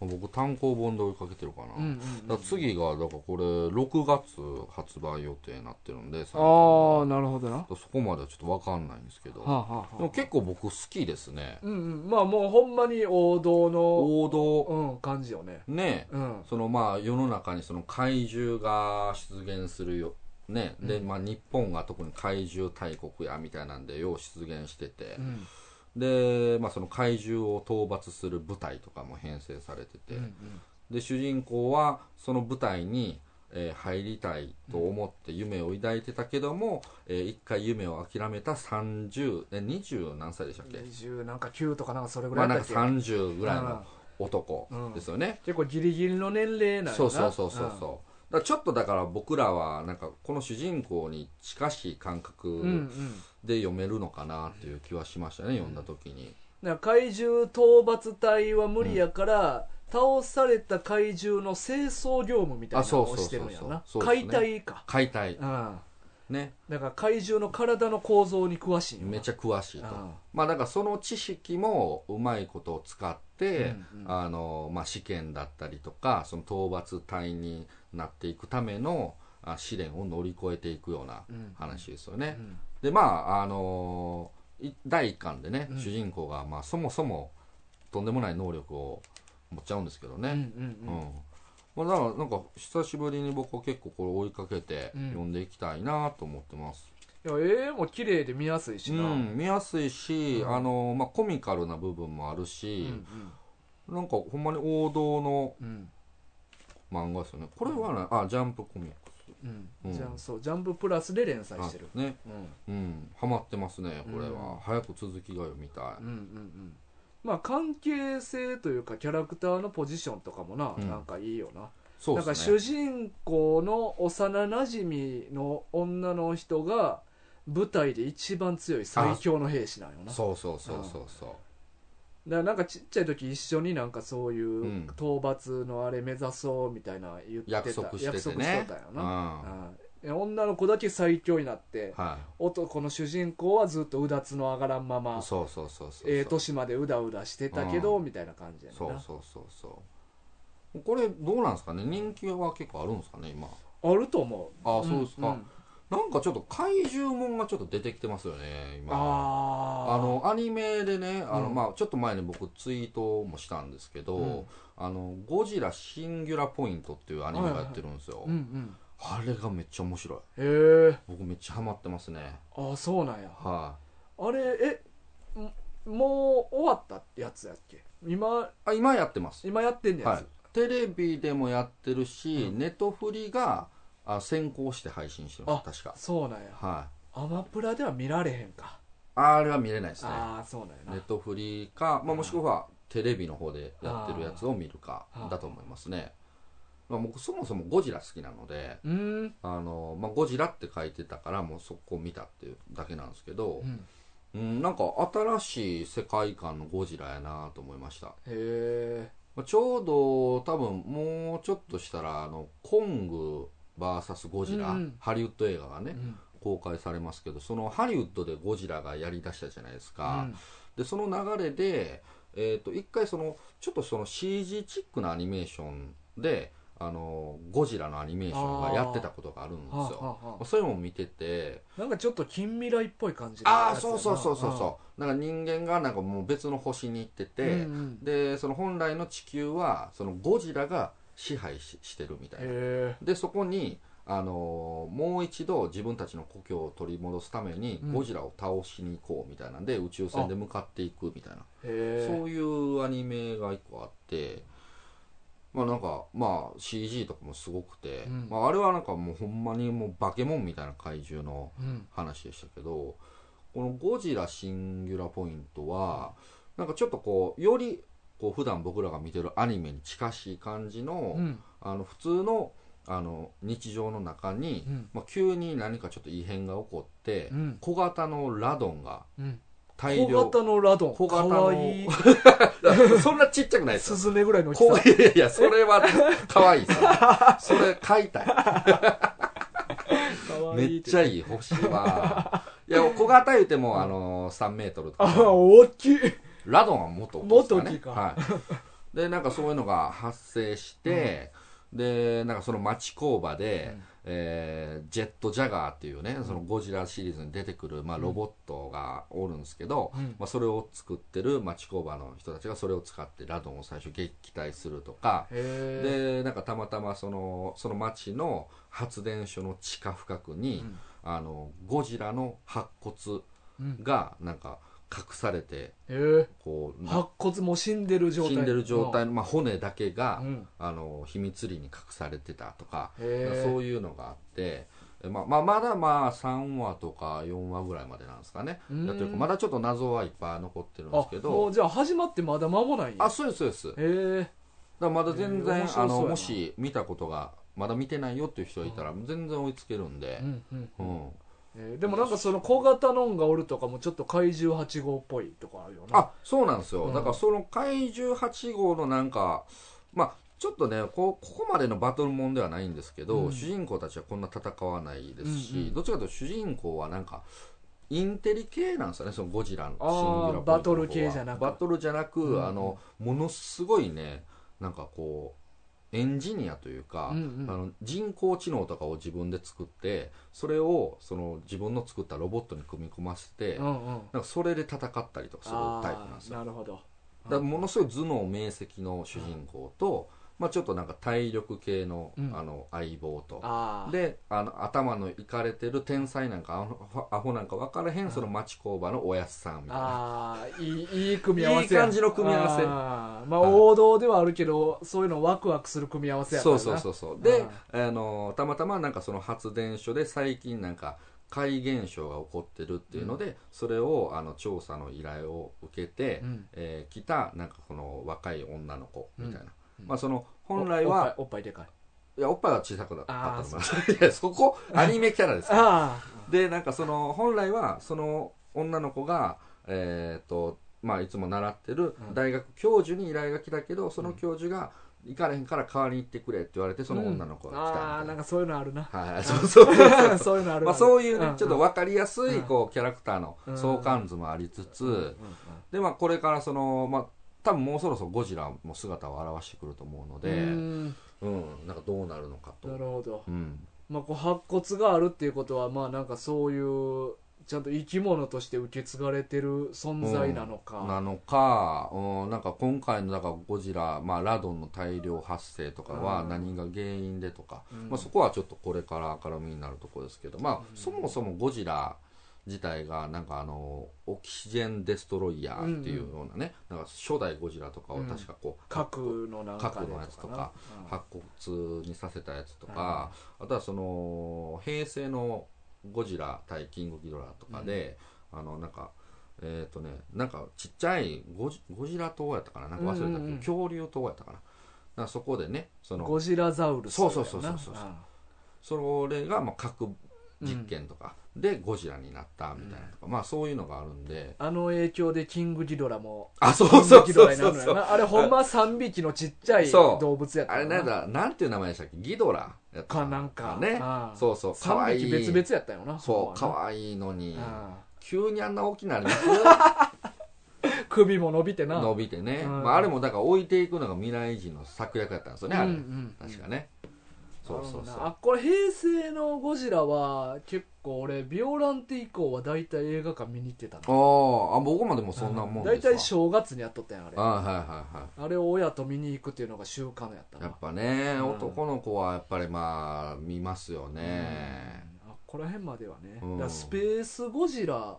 A: たう、ん
B: 僕単行本で追いかけてるかな、
A: うんうんうん
B: だから次がだからこれ6月発売予定になってるんで最近
A: あ
B: は
A: あなるほどなは
B: そこまではちょっと分かんないんですけど、
A: あ、はあはあ
B: でも結構僕好きですね
A: うんうんまあもうほんまに王道の、
B: 王道
A: うん、感じよね
B: ね
A: うん
B: そのまあ世の中にその怪獣が出現するよ、ねでまあ、日本が特に怪獣大国やみたいなんでよう出現してて
A: う、ん
B: で、まあ、その怪獣を討伐する部隊とかも編成されてて、
A: うんうん
B: で主人公はその部隊に、えー入りたいと思って夢を抱いてたけども、えー一回夢を諦めた30え20何歳でしたっけ、
A: 20なんか9とかなんかそれぐ
B: ま
A: ら
B: あ、
A: いだ
B: なん
A: っ
B: か
A: たっけ、
B: 30ぐらいの男
A: うん
B: ですよね、
A: 結構ギリギリの年齢なんやな
B: そうそうそうそうそう、だからちょっとだから僕らはなんかこの主人公に近しい感
A: うん、うんう
B: 覚
A: ん
B: で読めるのかなっていう気はしましたね、読んだ時に
A: なんか怪獣討伐隊は無理やから、倒された怪獣の清掃業務みたいなのをしてるんやな
B: あそうそうそうそうそうです
A: 解体
B: ね
A: か、
B: 解体
A: うん
B: ね
A: だから怪獣の体の構造に詳しいんやな
B: めちゃ詳しいと
A: うん
B: まあだからその知識もうまいことを使って、
A: うんうん
B: あのまあ、試験だったりとかその討伐隊になっていくためのあ試練を乗り越えていくような
A: うん
B: 話ですよ
A: う
B: ね、
A: ん
B: でまああのい第一巻でね、
A: うん
B: 主人公が、まあ、そもそもとんでもない能力を持っちゃうんですけど
A: うんう
B: ね、うん
A: ん
B: まあ、だからなんか久しぶりに僕は結構これ追いかけて
A: うん
B: 読んでいきたいなと思ってます、
A: うんいや絵も綺麗で見やすいし
B: うん
A: な、
B: 見やすいし、
A: うん
B: あのまあ、コミカルな部分もある
A: うんう
B: し、
A: ん
B: なんかほんまに王道の
A: うん
B: 漫画ですよねこれはねあジャンプコミック
A: うん
B: うん
A: じゃあそうジャンププラスで連載してる
B: あね
A: うん
B: うんハマってますねこれは、
A: うん
B: 早く続きが読みたい、
A: うんうんうんまあ関係性というかキャラクターのポジションとかもな、
B: うん
A: なんかいいよな、
B: そう
A: なん
B: で
A: か
B: す
A: 主
B: ね
A: 人公の幼なじみの女の人が舞台で一番強い最強の兵士なんよなだか
B: そうそうそうそうそう
A: らなんかちっちゃい時一緒になんかそういううん討伐のあれ目指そうみたいな言ってた
B: 約束して
A: 約
B: て
A: 束しと
B: ね
A: ったんよ
B: う
A: な、
B: ん
A: うん女の子だけ最強になって
B: は
A: 男の主人公はずっとうだつの上がらんま
B: い
A: ま
B: そうそうそうそう
A: ええ年までうだうだしてたけどみたいな感じやねん
B: そう
A: な
B: そうそうそうこれどうなんですかね人気は結構あるんですかね今
A: あると思う
B: あそうですか
A: ん
B: なんかちょっと怪獣もんがちょっと出てきてますよね今
A: あ
B: あのアニメでねあの、
A: うん
B: まあ、ちょっと前に僕ツイートもしたんですけど、
A: うん
B: あの「ゴジラシンギュラポイント」っていうアニメがやってるんですよ、
A: うんうん
B: あれがめっちゃ面白い
A: へえ
B: 僕めっちゃハマってますね
A: あそうなんや
B: は
A: あれえんもう終わったやつやっけ今
B: いあ今やってます
A: 今やってんねや
B: は
A: つ
B: い、テレビでもやってるし、
A: うん
B: ネットフリがあ先行して配信してます確か
A: そうなんや
B: はい
A: アマプラでは見られへんか
B: あれは見れないですね
A: ああそうなんや
B: ネッ
A: な
B: トフリか、まあ、もしくはテレビの方でやってるやつを見るか
A: あー
B: だと思いますねまあ、僕そもそもゴジラ好きなので
A: うーん
B: あの、まあ、ゴジラって書いてたからもうそこ見たっていうだけなんですけど
A: う、ん
B: うん、なんか新しい世界観のゴジラやなと思いました
A: へえ
B: まあちょうど多分もうちょっとしたらあのコング VS ゴジラ、
A: うんうん
B: ハリウッド映画がね、公開されますけどそのハリウッドでゴジラがやりだしたじゃないですか、でその流れで、えー、と一回そのちょっとその CG チックなアニメーションであのゴジラのアニメーションがやってたことがあるんです
A: はあ
B: よ
A: はあはあ
B: それも見てて
A: なんかちょっと近未来っぽい感じの
B: あ
A: や
B: あ
A: つや
B: そ
A: な
B: うそうそうそうそうなんか人間がなんかもう別の星に行って
A: うん
B: て、
A: うん
B: でその本来の地球はそのゴジラが支配ししてるみたいな
A: へ
B: でそこにあのーもう一度自分たちの故郷を取り戻すために
A: うん
B: ゴジラを倒しに行こうみたいなんで、宇宙船で向かっていくみたいな
A: えへ
B: そういうアニメが一個あって、まあなんか、まあ CG とかもすごくて、
A: うん
B: まああれはなんかもうほんまにもう化け物みたいな怪獣の
A: えうん
B: 話でしたけど、このゴジラシンギュラポイントは、なんかちょっとこう、よりこう普段僕らが見てるアニメに近しい感じの、
A: うん
B: あの普通のあの日常の中に、
A: うん
B: まあ、急に何かちょっと異変が起こって、
A: うん
B: 小型のラドンが
A: うん
B: 大量
A: 小 型のラドン
B: 小型の
A: かわいい
B: そんなちっちゃくないです
A: ス
B: よ
A: ズメぐらいの大き
B: こ
A: さ
B: ういやいや、そ れは、可愛いさ。それ、買いたい。
A: かわい
B: め
A: い
B: っちゃいい、欲しいわ。いや、小型言うても、あの、3メートルと
A: あ
B: か。
A: 大きい
B: ラドンはもっと
A: もっと大きいか
B: はい。で、なんかそういうのが発生して、で、なんかその町工場で、
A: うん
B: えージェットジャガーっていうね、そのゴジラシリーズに出てくる、まあ、ロボットがおるんですけど、
A: うん
B: まあ、それを作ってる町工場の人たちがそれを使ってラドンを最初撃退するとか、
A: へ
B: でなんかたまたまそのその町の発電所の地下深くに、
A: うん
B: あのゴジラの白骨
A: うん
B: がなんか隠されて
A: えへえ
B: こう
A: 白骨も死んでる状態
B: 死んでる状態の、まあ、骨だけ
A: う
B: が、
A: ん
B: あの秘密裏に隠されてたとか、
A: へえ
B: そういうのがあって。えまあまあ、まだまあ3話とか4話ぐらいまでなんですかね
A: うん
B: だというかまだちょっと謎はいっぱい残ってるんです
A: あ
B: け
A: も
B: ど
A: うじゃあ始まってまだ間もない
B: あそうですそうです
A: へえ
B: だからまだ全然、
A: えー面白そう
B: あ
A: やな
B: のもし見たことがまだ見てないよっていう人がいたら全然追いつけるんで
A: う、んうん
B: うん
A: えーでもなんかその小型のんがおるとかもちょっと怪獣8号っぽいとかあるよな
B: あそうなんですよ、
A: うん
B: だからその怪獣8号のなんかまあちょっとねこうここまでのバトルもんではないんですけど、
A: うん
B: 主人公たちはこんな戦わないですし、
A: うんうん
B: どっちかというと主人公はなんかインテリ系なんですよねそのゴジラの
A: あー
B: シンギュラポイントの方は
A: バトル系じゃなく
B: バトルじゃなく、
A: うん
B: あのものすごいねなんかこうエンジニアというか、
A: うんうん
B: あの人工知能とかを自分で作ってそれをその自分の作ったロボットに組み込ませて、
A: うんうん
B: なんかそれで戦ったりとかするタイプなんですよ
A: あーなるほど
B: だからものすごい頭脳明晰の主人公と、まあ、ちょっとなんか体力系の,、
A: うん
B: あの相棒と
A: ああ
B: であの頭のいかれてる天才なんかアホアホなんか分からへんその町工場のおやっさんみたいな
A: ああいいいい組み合わせや
B: いい感じの組み合わせ
A: あーまあ
B: はい
A: 王道ではあるけどそういうのワクワクする組み合わせやから
B: そう
A: な
B: そうそうそうで
A: あ
B: あのたまたまなんかその発電所で最近なんか怪現象が起こってるっていうので、それをあの調査の依頼を受けて、
A: うん
B: えー来たなんかこの若い女の子みたいな、
A: うん
B: まあその本来は
A: おおっぱいおっぱいでかい
B: いや、おっぱいは小さくなった
A: あー
B: と思います。いや、そこ、アニメキャラです。
A: あ
B: で、なんかその、本来は、その女の子が、えっ、と、まあ、いつも習ってる
A: うん
B: 大学教授に依頼が来たけど、その教授が、行かれへんから代わりに行ってくれって言われて、
A: あ
B: その女の子が来た
A: ああー
B: みた
A: ないん
B: な。
A: かそういうのあるな
B: はいはい、そうそうそう。
A: そういう のある
B: まあ、そういうね、ちょっと
A: ワ
B: 分かりやす
A: う
B: い、
A: ん
B: こう、キャラクターの相関図もありつつ、で、まあ、これからその、まあ、多分もうそろそろゴジラも姿を現してくると思うので、うん、なんかどうなるのかと
A: な。るほど
B: うん。
A: まあこう白骨があるっていうことはまあなんかそういうちゃんと生き物として受け継がれてる存在なの
B: な
A: か
B: のか、うん、なんか今回のだからゴジラ、まあ、ラドンの大量発生とかは
A: うん
B: 何が原因でとか、
A: うん
B: まあ、そこはちょっとこれから明るみになるところですけど、まあ、そもそもゴジラ自体がなんかあのオキシジェン・デストロイヤーっていうようなね、なんか初代ゴジラとかを確かこう、
A: 核のなんかで
B: 核のやつと
A: な
B: か
A: うん
B: 白骨にさせたやつとか、あとはその平成のゴジラ対キングギドラとかで、あのなんかえっ、とねなんかちっちゃいゴジゴジラ島やったかななんか忘れた
A: う
B: けど、
A: んうんうん
B: 恐竜島やったかななんかそこでねその
A: ゴジラザウルス
B: そうそうそうそうそう
A: だよな
B: それがまあ核実験とかでゴジラになったみたいなとか、まあそういうのがあるんで、
A: あの影響でキングギドラも
B: あそう
A: キン
B: そ
A: グ
B: う
A: ギド
B: そ
A: ラ
B: う
A: にな
B: そ
A: る
B: う
A: の
B: そ
A: よ
B: う
A: なあれほんま3匹のちっちゃい
B: そう
A: 動物やった
B: あ
A: よ
B: れなんだなんていう名前でしたっけギドラやった
A: かなんか
B: ね
A: ああ
B: そうそうかわ
A: 3
B: い
A: 匹
B: い
A: 別々やったよな
B: そう
A: か
B: 可
A: わ
B: 愛いの
A: い
B: に
A: い。ああ
B: 急にあんな大きなります
A: 首も伸びてな。
B: 伸びてね、
A: うん
B: まあ、あれもだから置いていくのが未来人の策略やったんですよね、
A: うん
B: あ
A: う
B: れ
A: ん
B: 確かね、そうそう
A: なる
B: そう
A: ほどなあこれ平成のゴジラは結構俺ビオランテ以降は大体映画館見に行ってたな
B: ああ僕までもそんなもん
A: 大
B: ですわ
A: 体正月にやっとったやんあれ
B: あはいはいはい
A: あれを親と見に行くっていうのが習慣やったな
B: やっぱね、
A: うん
B: 男の子はやっぱりまあ見ますよね、
A: うんあここら辺まではね、
B: うん
A: だからスペースゴジラ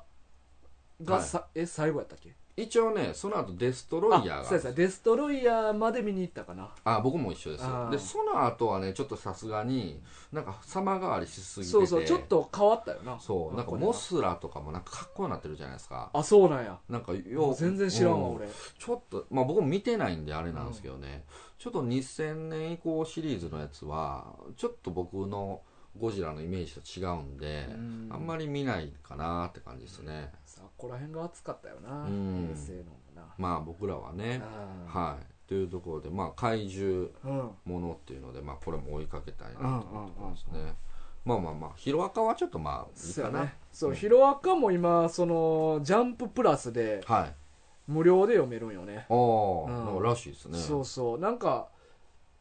A: がさ、え最後やったっけ
B: 一応ねその後デストロイヤ
A: あ
B: ー
A: そうや
B: が
A: そうやデストロイヤーまで見に行ったかな
B: あ僕も一緒です
A: あー
B: でその後はねちょっとさすがになんか様変わりしすぎてて
A: そうそうちょっと変わったよな
B: そうなんか
A: これ
B: モスラとかもなんかかっこよくなってるじゃないですか
A: あそうなんや
B: なんかよう
A: 全然知らんわ、
B: う
A: 俺
B: ちょっとまあ僕も見てないんであれなんですけどね、ちょっと2000年以降シリーズのやつはちょっと僕のゴジラのイメージと違うんで、あんま
A: り
B: り見ないかなって感じですね、
A: さあここら辺が暑かったよな、
B: うん
A: 平成のもな
B: まあ僕らはね、
A: あ
B: はいというところでまあ怪獣
A: ーうん
B: ものっていうのでまあこれも追いかけたいなと
A: うんうん
B: 思うんですねまあまあまあヒロアカはちょっとまあいい
A: そう
B: か
A: や
B: な、
A: ねそううんヒロアカも今そのジャンププラスで
B: はい
A: 無料で読めるんよね
B: お
A: うん
B: お、なんからしいですね
A: そうそうなんか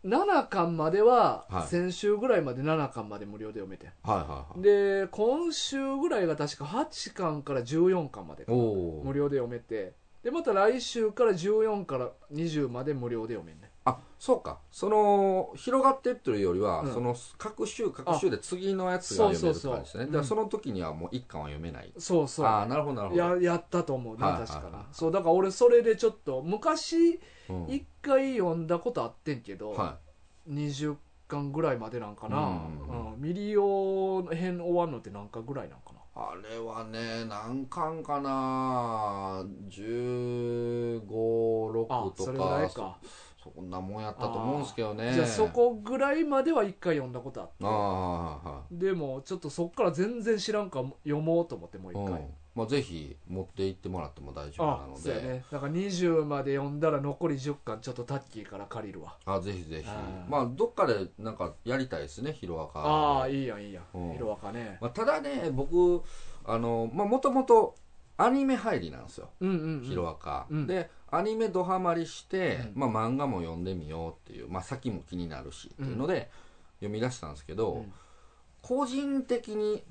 A: 7巻までは
B: はい
A: 先週ぐらいまで7巻まで無料で読めてん、
B: はいはいはい
A: で今週ぐらいが確か8巻から14巻までか
B: お
A: な
B: お
A: 無
B: ー
A: 料で読めてでまた来週から14から20まで無料で読めんね
B: あそうかその広がってっていうよりは、
A: うん
B: その各週各週で次のやつが読めるって感じです
A: そうそ
B: ね
A: うそう
B: だから
A: うん
B: その時にはもう一巻は読めない、
A: そうそう
B: ああなるほどなるほど
A: ややったと思うね
B: はいはいは
A: 確
B: い
A: かなそうだから俺それでちょっと昔
B: うん
A: 1回読んだことあってんけど、
B: は
A: 20巻ぐらいまでなんかな、
B: う、
A: うんミリオ編終わるのって何巻ぐらいなんかない
B: あれはね何巻かな
A: あ
B: 1516と
A: そ
B: か
A: れぐらいか、
B: そそんなもんやったと思うんですけどね
A: じゃあそこぐらいまでは1回読んだことあって
B: ああは
A: でもちょっとそっから全然知らんから読もうと思ってもう
B: いは
A: 一
B: い、う
A: 回、
B: んまあ、ぜひ持って行ってもらっても大丈夫な
A: あ
B: の
A: そう
B: で
A: やねだから20まで読んだら残り10巻ちょっとタッキーから借りるわ
B: あぜひぜひ
A: あー
B: まあどっかでなんかやりたいですねヒロアカ
A: ああいいやんいいや
B: うん
A: んヒロアカね
B: まあ、ただね僕あのまあもともとアニメ入りなんですよ
A: うんうん、うん、
B: ヒロアカ、
A: うん
B: でアニメドハマりして、
A: う
B: まあ、漫画も読んでみようっていう、まあ、先も気になるしっていうので読み出したんですけど、
A: うん
B: 個人的に、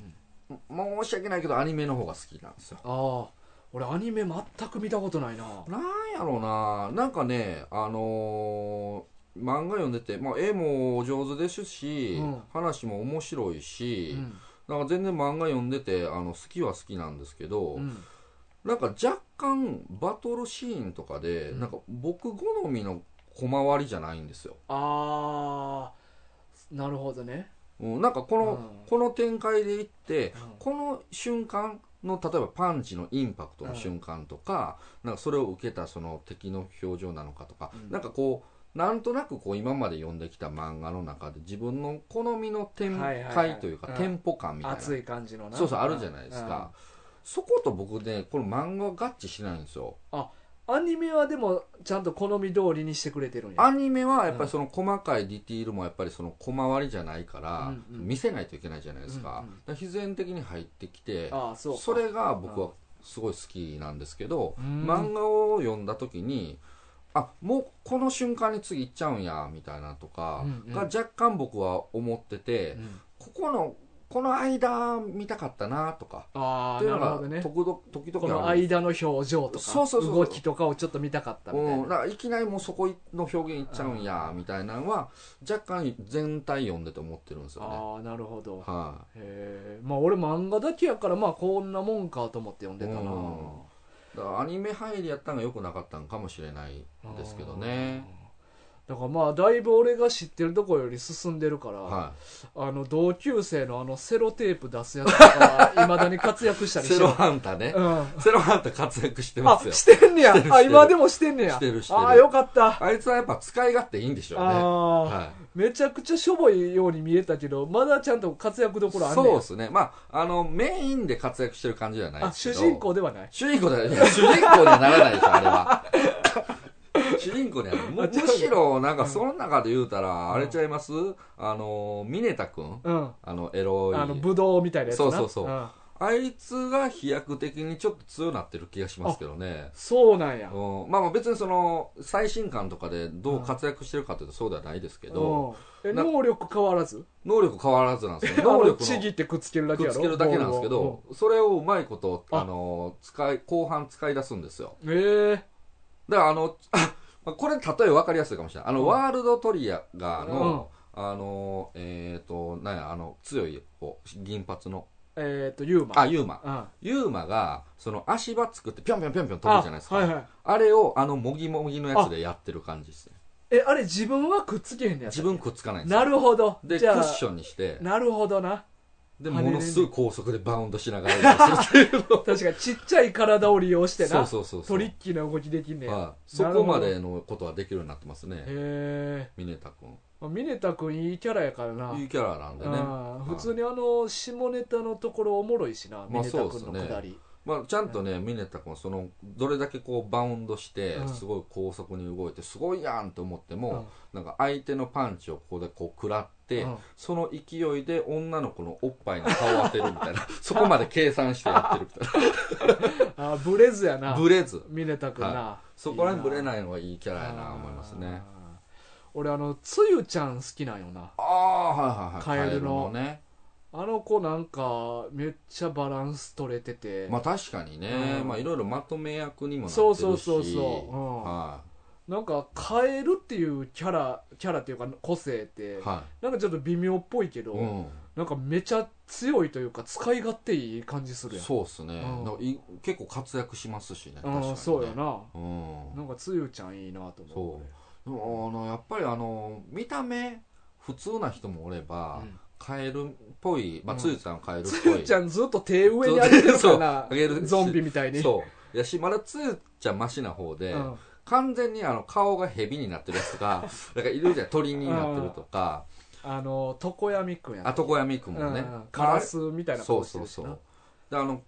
B: 申し訳ないけどアニメの方が好きなんですよ
A: ああ俺アニメ全く見たことないな
B: なんやろうななんかねあのー漫画読んでて、まあ、絵もお上手ですし、
A: うん
B: 話も面白いうし、
A: ん
B: なんか全然漫画読んでてあの好きは好きなんですけど、
A: うん
B: なんか若干バトルシーンとかで、
A: うん
B: なんか僕好みの小回りじゃないんですよ、
A: ああなるほどね
B: うん、なんかこ
A: う
B: の、
A: ん
B: この展開でいって、
A: うん
B: この瞬間の例えばパンチのインパクトの瞬間とか,、なんかそれを受けたその敵の表情なのかとか、
A: うん
B: なんかこうなんとなくこう今まで読んできた漫画の中で自分の好みの展
A: はいはいは
B: 開
A: い
B: というか、
A: うん
B: テンポ感みたいな
A: 熱い感じのな
B: そうそうあるじゃないですか、そこと僕ねこの漫画合致しないんですよ
A: うんアニメはでもちゃんと好み通りにしてくれてるんや
B: アニメはやっぱりその細かいディティールもやっぱりその小回りじゃないから
A: うんうん
B: 見せないといけないじゃないですか,、
A: うんうん
B: だから必然的に入ってきて
A: ああそう
B: そ
A: か
B: れが僕はすごい好きなんですけど、
A: うん
B: 漫画を読んだ時にあもうこの瞬間に次行っちゃうんやみたいなとか
A: うんうん
B: が若干僕は思ってて、
A: うん
B: ここのこの間見たかったなとか
A: あ
B: っ
A: あ
B: ていう
A: な
B: の
A: る
B: が
A: ほどね
B: 時々時
A: こ
B: 々
A: の
B: あるんです
A: 間の表情とか
B: そうそうそうそ
A: 動
B: う
A: きとかをちょっと見たかったみたい
B: うん、
A: な
B: だからいきなりもうそこの表現いっちゃうんやみたいなのは若干全体読んでて思ってるんですよね
A: ああなるほど
B: は
A: へえまあ俺漫画だけやからまあこんなもんかと思って読んでたな
B: うんい、だからアニメ入りやったのが良くなかったんかもしれないですけどね
A: だからまあだいぶ俺が知ってるとこより進んでるから、
B: は
A: あの同級生のあのセロテープ出すやつとかいまだに活躍した
B: い
A: りして
B: セロハンタね
A: うん
B: セロハンタ活躍してま
A: あ
B: すよ
A: してんねや
B: してる
A: あ
B: してる
A: 今でもしてんねや
B: してるしてる
A: ああよかったあ
B: あいつはやっぱ使い勝手いいんでしょうね
A: あ、
B: は
A: めちゃくちゃしょぼいように見えたけどまだちゃんと活躍ど
B: い、
A: ころあんねん
B: そうですねまああのメインで活躍してる感じじゃない
A: あ
B: ですけ
A: 主
B: ど
A: 人公ではない
B: 主人公だよ。いや主人公にはならないでしょ、あれは。主人公にはならないむ
A: あ違う
B: むしろ、なんか、その中で言うたら、あれちゃいますあの、ミネタくん
A: うん
B: あの、エロい。
A: あのブドウみたいなやつな
B: そうそうそう
A: うん、あ
B: あいつが飛躍的にちょっと強なってる気がしますけどね。
A: そうなんや。
B: うん、まあまあ別にその最新刊とかでどう活躍してるかというとそうではないですけど、
A: うんえ
B: な
A: 能力変わらず
B: 能力変わらずなん ですよ能
A: 能
B: 力
A: 力
B: の
A: ちぎってくっつけるだけ
B: く
A: や
B: っ
A: ろ
B: つけるだけなんですけど、それをうまいこと、
A: あ
B: あの、使い、後半使い出すんですよ。
A: ええ
B: だからあの、 あまあこれ例え分かりやすいかもしれない。あの、
A: うん
B: ワールドトリガーの、あの、えっ、と、なんや、あの、強い方、銀髪の、
A: えっとユーマ
B: あ、ユーマ。
A: あ
B: ユーマが、その足場作ってぴょんぴょんぴょんぴょん飛ぶじゃないですか。あ,、
A: はいはい
B: れを、あの、もぎもぎのやつでやってる感じですね。
A: えあれ自分はくっつけへんねやつ
B: 自分くっつかないんですよ。
A: なるほど
B: で、ク
A: じゃあ
B: ッションにして、
A: なるほどな
B: で、
A: 跳ねれ
B: も
A: る
B: のすごい高速でバウンドしながら移動するっていうの
A: 確かにちっちゃい体を利用してな
B: そうそうそうそう。
A: トリッキーな動きできんねや、
B: はい、そこまでのことはできるようになってますね
A: へえ
B: ミネタ君
A: ミネタ君いいキャラやからない
B: いキャラなんでね
A: ああ
B: はい
A: 普通にあの下ネタのところおもろいしな、
B: まあ
A: ミネタ君の
B: そうっす
A: く
B: ね
A: だり
B: まあ、ちゃんとねミネタ君はそのどれだけこうバウンドして
A: うん
B: すごい高速に動いてすごいやんと思って
A: う
B: も、なんか相手のパンチをここでこう食らって、
A: うん
B: その勢いで女の子のおっぱいに顔を当てるみたいな そこまで計算してやってるみたい
A: んああブレずや
B: な
A: な
B: ブレず
A: ミネタ君な、
B: そこら辺ブレないのがいいキャラやな思いますね
A: あー俺あのつゆちゃん好きなんよな
B: ああーはいはいはい
A: カエルの
B: ね
A: あの子なんかめっちゃバランス取れてて、
B: まあ確かにね、
A: うん
B: まあいろいろまとめ役にもなってるし
A: そうそうそうそううん
B: は
A: なんか変えるっていうキャラキャラっていうか個性って
B: いは
A: なんかちょっと微妙っぽいけ
B: い、
A: ど、
B: うん、
A: なんかめちゃ強いというか使い勝手いい感じするやん
B: そうっすね、
A: うん
B: だからい結構活躍しますしね確か
A: あ
B: にね
A: ーそうやな
B: うん
A: なんかつゆちゃんいいなと思う
B: でもあのやっぱりあの見た目普通な人もおれば、
A: うん
B: カエルっぽい、まあ、
A: うん
B: つゆちゃんはカエルっ
A: つ
B: ぽい、
A: ゆちゃんずっと手上に上げてるから
B: そう上げ
A: な
B: る
A: ゾンビみたいに
B: そうやしまだつゆちゃんマシな方で、
A: うん
B: 完全にあの顔が蛇になってるやつがなんかい るじゃん鳥になってるとか
A: あの常闇くんやな
B: あ床闇くんもね、
A: うんカラスみたいな
B: そ
A: 顔
B: う
A: して
B: そう
A: るし
B: そ
A: な
B: うであの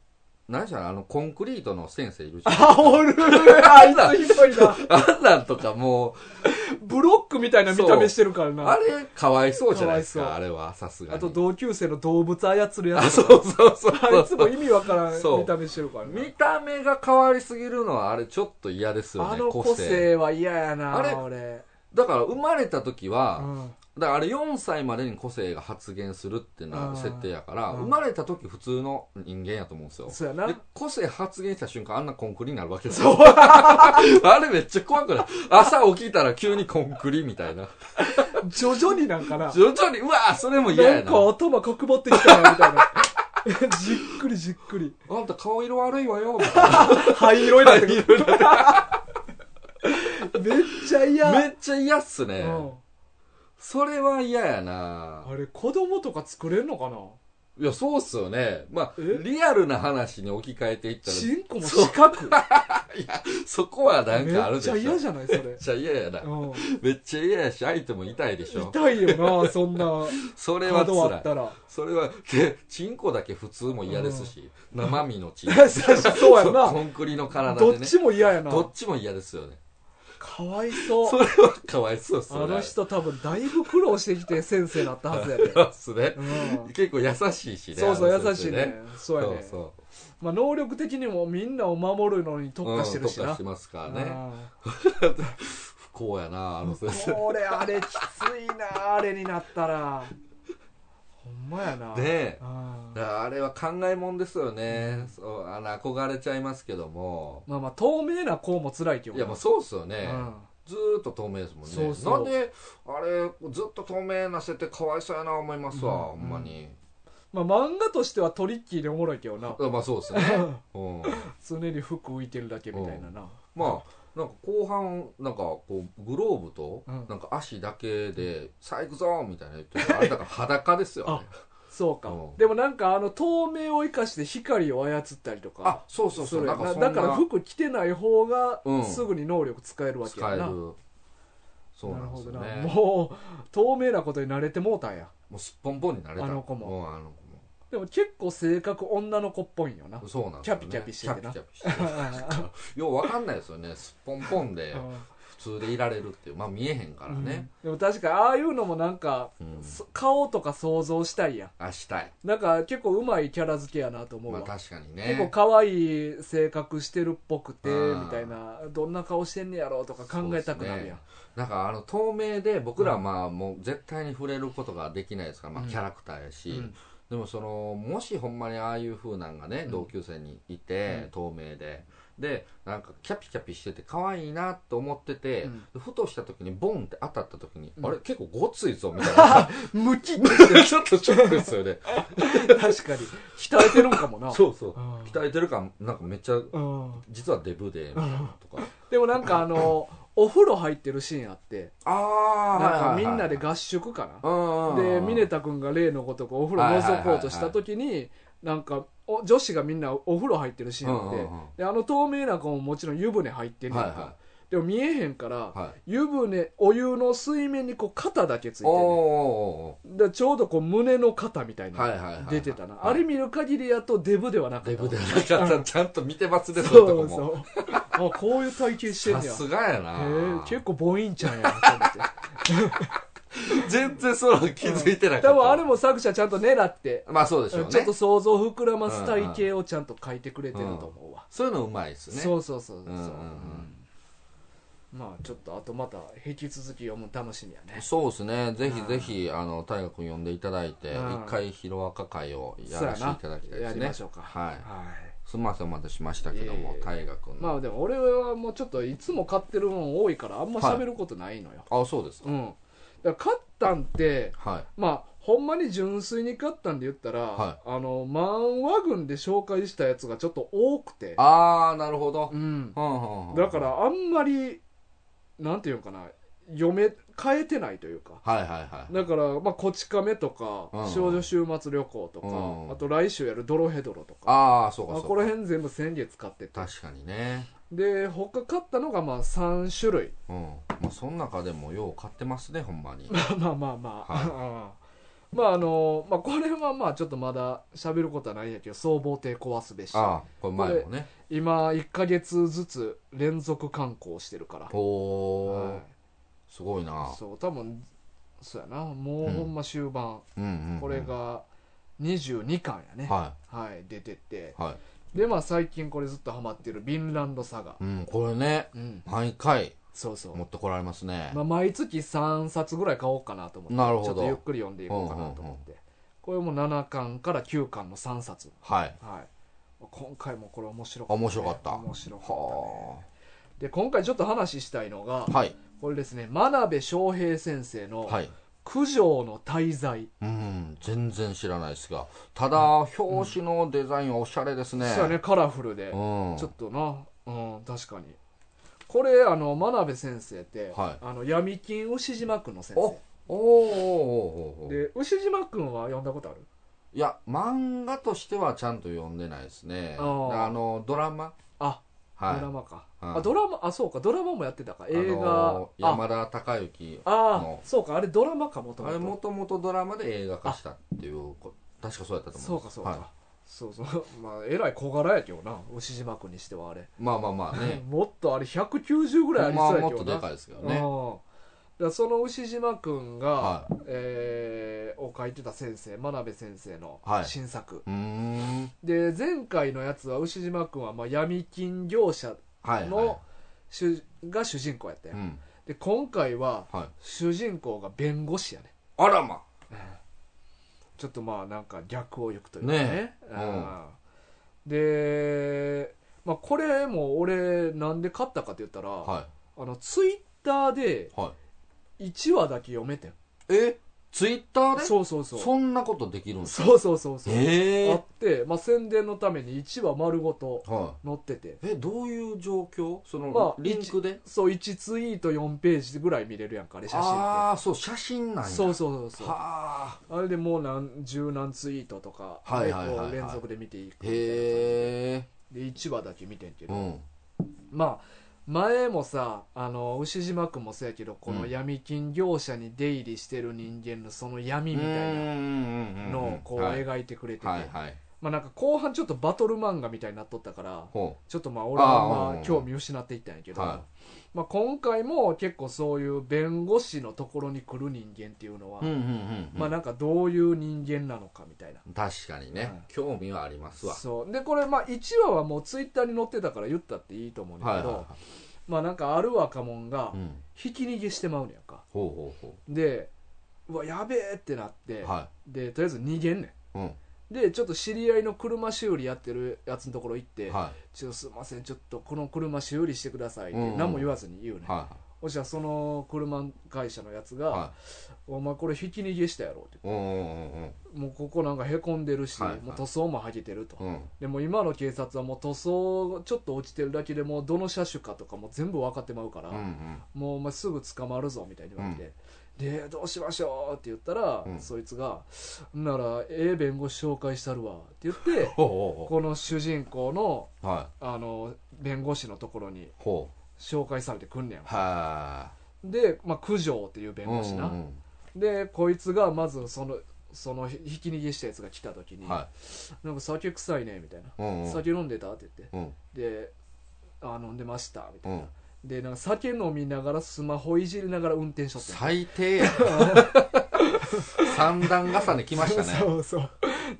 B: 何じゃあのコンクリートの先生いるじゃん
A: あ、おる あいつひどいな。
B: あんなんとかも
A: ブロックみたいな見た目してるから
B: う
A: な。
B: あ
A: あ
B: れかわいそうじゃないですか
A: かわ
B: あれはさすがに
A: と同級生の動物操るや
B: あ
A: つ。
B: そうそうそう
A: あいつも意味わから
B: そうん
A: 見た目してるからな
B: 見た目が変わりすぎるのはあれちょっと嫌ですよね
A: あの個性は嫌やな、
B: あれ
A: 俺。
B: だから生まれた時は、
A: うん
B: だからあれ4歳までに個性が発現するって
A: う
B: なん設定やから、
A: うん
B: 生まれた時普通の人間やと思うんですよ
A: そうやな
B: で。個性発現した瞬間あんなコンクリになるわけです
A: そ
B: よ
A: う。
B: あれめっちゃ怖くない朝起きたら急にコンクリみたいな
A: 徐々になんかな。
B: 徐々にうわーそれも嫌
A: な
B: や
A: ん
B: な
A: か頭こくぼってきたな、みたいな。じっくりじっくり。
B: あんた顔色悪いわよみたいな
A: 灰色になってくる。めっちゃ嫌。
B: めっちゃ嫌っすね、
A: うん
B: それは嫌やな
A: あれ、子供とか作れるのかない
B: やそうっすよねまあ
A: え
B: リアルな話に置き換えていったら
A: チンコも四角
B: そこはなん
A: め
B: かある
A: っ
B: でし
A: ち
B: ょ
A: ゃ嫌
B: めっ
A: じゃないそれ
B: ちゃ嫌やな
A: うん
B: めっちゃ嫌やし相手も痛いでしょ
A: 痛いよなそんな
B: それは
A: 角あっ
B: 辛い
A: たら
B: それはでチンコだけ普通も嫌ですし、生身のチンコ
A: そうや
B: コ
A: な
B: ンクリの体
A: ど
B: で
A: っ
B: ね
A: ちも嫌やな
B: どっちも嫌ですよね
A: かわいそ
B: そうれはかわいそうっす
A: あ
B: よね
A: の人多分だいぶ苦労してきて先生になったはずや で
B: そうっすね
A: うん
B: 結構優しいしね
A: そうそう
B: あの
A: 優
B: 先
A: し
B: 生
A: いねそうやね
B: そうそう
A: まあ能力的にもみんなを守るのに特化してるし
B: うん特化
A: な
B: してますからね
A: あ
B: 不幸やなあの先
A: ー
B: 生
A: これあれきついなあれになったらほんまやな
B: ねえ
A: あー
B: だからあれは考えもんですよね、そうあの憧れちゃいますけども
A: まあまあ透明な子も辛いけど
B: い
A: な
B: やもうそうっすよね、
A: うん
B: ずーっと透明ですもんね
A: そうそう
B: なんであれずっと透明なせてかわいそうやな思いますわ、
A: うん
B: ほんまに、
A: まあ漫画としてはトリッキーでおもろいけどな
B: まあそうで すね、うん、
A: 常に服浮いてるだけみたいなな、
B: まあなんか後半なんかこうグローブと
A: うん
B: なんか足だけで「さあ行くぞ!」みたいな言ってるあれだから裸ですよね
A: そうか、
B: うん
A: でもなんかあの透明を生かして光を操ったりと
B: あ
A: か
B: そうそうそう
A: れ
B: な
A: や
B: んか
A: な
B: そんな
A: だから服着てない方が
B: うん
A: すぐに能力使えるわけや
B: 使
A: な、
B: えるそう
A: な
B: な
A: る
B: んで
A: ほ
B: す
A: ど
B: よ
A: な、
B: ね
A: もう透明なことに慣れてもうたんや
B: もうすっぽんぽんになれた
A: あの子も
B: うんあの子も
A: でも結構性格女の子っぽいんよな
B: そうなんですよね
A: キャピキャピしててな
B: キャピキャピしてようわかんないですよねすっぽんぽんで
A: うん
B: 普通でいられるっていうまあ見えへんからね、
A: でも確かにああいうのもなんか、
B: うん
A: そ顔とか想像したいやん
B: あしたい
A: なんか結構うまいキャラ付けやなと思う
B: ま
A: わ、
B: あ確かに
A: 結構
B: ね
A: 可愛い性格してるっぽくて
B: うん
A: みたいなどんな顔してんねやろうとか考えたくなるやん、
B: なんかあの透明で僕らはまあもう絶対に触れることができないですから、まあ、
A: うん
B: キャラクターやし、
A: うん
B: でもそのもしほんまにああいう風なんがね、
A: うん
B: 同級生にいて、
A: うん
B: 透明ででなんかキャピキャピしてて可愛いなと思ってて、ふとした時にボンって当たった時に、
A: うん
B: あれ結構ごついぞみたいな
A: ムキ
B: ちょっとショックですよね
A: 確かに鍛えてるんかもな
B: そうそう
A: うん
B: 鍛えてる感なんかめっちゃ
A: うん
B: 実はデブでみたいなとか
A: でもなんかあのお風呂入ってるシーンあって
B: あ
A: なんかみんなで
B: ガ
A: 合宿かな
B: ッ
A: でミネタ君が例のごとくお風呂覗こうとした時になんかお女子がみんなお風呂入ってるシーンあって、
B: うんうんうん
A: であの透明な子ももちろん湯船入ってんねん
B: は
A: か、
B: いは
A: でも見えへんから、
B: いはい
A: 湯船お湯の水面にこう肩だけついて
B: おー
A: んねん
B: お
A: でちょうどこう胸の肩みたい
B: ーおーはい
A: な
B: はいはい
A: 出てたな、
B: はい
A: あれ見る限りやとデブではなかった
B: デブでなかったちゃんと見てますねそういうと
A: そう
B: こも
A: そうあこういう体型してん
B: さ
A: ねや
B: すがやな
A: へえ結構ボインちゃんやなと思って
B: 全然その気づいてなかった
A: 多分あれも作者ちゃんと狙って、
B: まあそうでしょう
A: ちょっ
B: ね
A: と想像膨らます体型をちゃんと書いてくれてると思うわ、
B: そういうのうまいですね
A: そうそうそうそう、
B: うんうんうん
A: まあちょっとあとまた引き続き読むの楽しみやね
B: そうですね。ぜひぜひ、あの、大河君呼んでいただいて、
A: うん
B: 一回ヒロアカ会をやらせていただきたいで
A: や
B: す
A: り
B: ね。
A: ましょうか
B: はい
A: はい
B: すみません、お待たせしましたけども
A: いえいえ、
B: 大河君
A: まあ
B: の。
A: でも俺はもうちょっといつも買ってるもん多いからあんま喋ることないのよ、
B: あ、そうですか
A: う。んだから買ったんって
B: はい。
A: まあほんまに純粋に買ったんで言ったら、
B: は
A: あの漫画群で紹介したやつがちょっと多くて
B: あー、なるほど
A: う。ん
B: うんうんうん
A: だからあんまりなんていうのかな読め変えてないというか
B: はいはいはい。
A: だから、まあ、こち亀とか、
B: うん
A: 少女週末旅行とか、
B: うん
A: あと来週やるドロヘドロとか、
B: あー、そう
A: ま
B: か
A: あ、
B: そ
A: こ
B: うか。
A: の辺全部先月買ってて
B: 確かにね。
A: で他買ったのがまあ3種類
B: うん。まあ、その中でもよう買ってますね、ほんまに。
A: まあまあまあ、うん まああのまあこれはまあちょっとまだ喋ることはないんやけど総合艇壊すべし
B: あー、これ前もね。
A: 今1か月ずつ連続刊行してるから、は、。
B: おー、すごいない
A: そう多分そうやなもう
B: うん
A: ほんま終盤、
B: うんうんうん。
A: これ。が22巻やね、
B: は
A: はい、出てて
B: い。はい。
A: でまあ最近これずっとハマってる「ビンランドサガ
B: うん、これね、」
A: うん
B: 毎回
A: そうそう、
B: 持ってこられますね
A: ま。あ、毎月3冊ぐらい買おうかなと思って
B: なるほ
A: ちょ
B: ど
A: っとゆっくり読んでいこうかなと思って、これも7巻から9巻の3冊
B: はい。
A: はい今回もこれ面白かった、
B: 面白かった。
A: 面白かったね
B: は
A: で今回ちょっと話したいのが
B: あ。はい。
A: これですね真鍋翔平先生の
B: はい。
A: 「九条の滞在」
B: うん、全然知らないですが、ただ、表紙のデザインはおしゃれですね。
A: そうやねカラフルで、
B: うん。
A: ちょっとな、うん、確かにこれあの真鍋先生って、
B: はい
A: あの闇金牛島君の先
B: お
A: 生
B: おおおお
A: で牛島君は読んだことある
B: いや、漫画としてはちゃんと読んでないですね。
A: あー
B: あの、ドラマ
A: あ、
B: はい。
A: ドラマか、
B: はい
A: あドラマあそうかドラマもやってたか映画、
B: あの
A: あ
B: 山田孝之。
A: あ
B: の
A: ーそうかあれドラマかもと
B: あれ、
A: も
B: も
A: と
B: ともとドラマで映画化したっていうこ、確かそうやったと思
A: そ
B: いうま
A: か
B: す。
A: そうか、
B: はい
A: そうそう まあえらい小柄やけどな牛島君にしてはあれ、。
B: まあまあまあね
A: もっとあれ190ぐらいあり
B: ま
A: そう
B: あ
A: や
B: も
A: け
B: っ
A: ど
B: と
A: な、
B: でかいですけどね。
A: うんだからその牛島君が、
B: は
A: えーを書いてた先生真鍋先生の
B: はい
A: 新作、
B: うーん。
A: で前回のやつは牛島君はまあ闇金業者
B: はい、はい
A: の。主が主人公やった
B: う
A: よ、
B: ん。
A: で今回は
B: はい。
A: 主人公が弁護士やね
B: あらま。
A: ちょっとまあなんか逆を行くというかね
B: ねえ
A: うんで、まあ、これも俺なんで買ったかって言ったら、
B: は
A: あのツイッターで
B: い。はい。
A: 1話だけ読めてん
B: えツイッターで
A: そうそうそう
B: そんなことできるんですか
A: そうそうそうそう、
B: え
A: あって、まあ、宣伝のために1話丸ごと
B: は
A: 載ってて
B: い、えどういう状況その、
A: まあ
B: リンクで
A: そう1ツイート4ページぐらい見れるやんかあれ写真
B: ああそう写真なん
A: で
B: や
A: そうそうそうそう
B: はあ
A: あれでもう何十何ツイートとか
B: はいはいはいはい
A: こう連続で見ていくみたいな感
B: へえ
A: じで1話だけ見てんけ
B: う
A: ど、
B: ん
A: まあ前もさあの牛島君もそうやけどこ
B: う
A: の
B: ん
A: 闇金業者に出入りしてる人間のその闇みたいなのをこう
B: はい
A: 描いてくれてて、
B: はいはい
A: まあなんか後半ちょっとバトル漫画みたいになっとったから
B: ほ
A: ちょっとまあ俺は
B: あー
A: ま
B: う
A: あ
B: ん
A: 興味失っていったんやけど、
B: は
A: まあ、今回も結構そういう弁護士のところに来る人間っていうのは、
B: う。うんうんうん、うん。
A: まあなんかどういう人間なのかみたいな
B: 確かにね、
A: はい
B: 興味はありますわ。
A: そうでこれまあ1話はもうツイッターに載ってたから言ったっていいと思うんだ
B: はい
A: け
B: はい
A: ど、
B: は
A: まあなんかある若者が
B: い。うん。
A: ひき逃げしてまうねやんか
B: ほうほうほ
A: でうわやべえってなって、
B: う。は
A: でとりあえず逃げんね
B: い。うん。
A: んでちょっと知り合いの車修理やってるやつのところ行って「
B: は
A: ちょっとすいませんちょっとこの車修理してください」って
B: うんうん
A: 何も言わずに言うね、
B: い。
A: ん
B: は
A: そしたらその車会社のやつが「
B: い。は
A: お前これひき逃げしたやろ」って
B: い。うんうんうん
A: もうここなんかへこんでるし、
B: はいはい
A: もう塗装も剥げてると、
B: うん。うん。
A: でも今の警察はもう塗装ちょっと落ちてるだけでもうどの車種かとかも全部分かってまうから、
B: うんうん。
A: もうお前すぐ捕まるぞみたいに言われて、でどうしましょうって言ったら、
B: うん
A: そいつが「ならええ弁護士紹介したるわ」って言 って
B: ほうほ
A: この主人公の
B: うほう。はい。
A: あの弁護士のところに
B: ほ
A: 紹介されてくんねやん
B: う。は
A: で、まあ、九条っていう
B: い。
A: 弁護士な、
B: うんうん
A: でこいつがまずそのそのひひき逃げしたやつが来た時
B: う
A: に「
B: ん。は
A: なんか酒臭いね」みたいな「
B: い。うんうん。
A: 酒飲んでた?」って言って
B: うん。
A: で「あ飲んでました」みた
B: う
A: いな、
B: ん。
A: でなんか酒飲みながらスマホいじりながら運転しとってん
B: 最低や。 三段重ねきましたね。
A: そうそう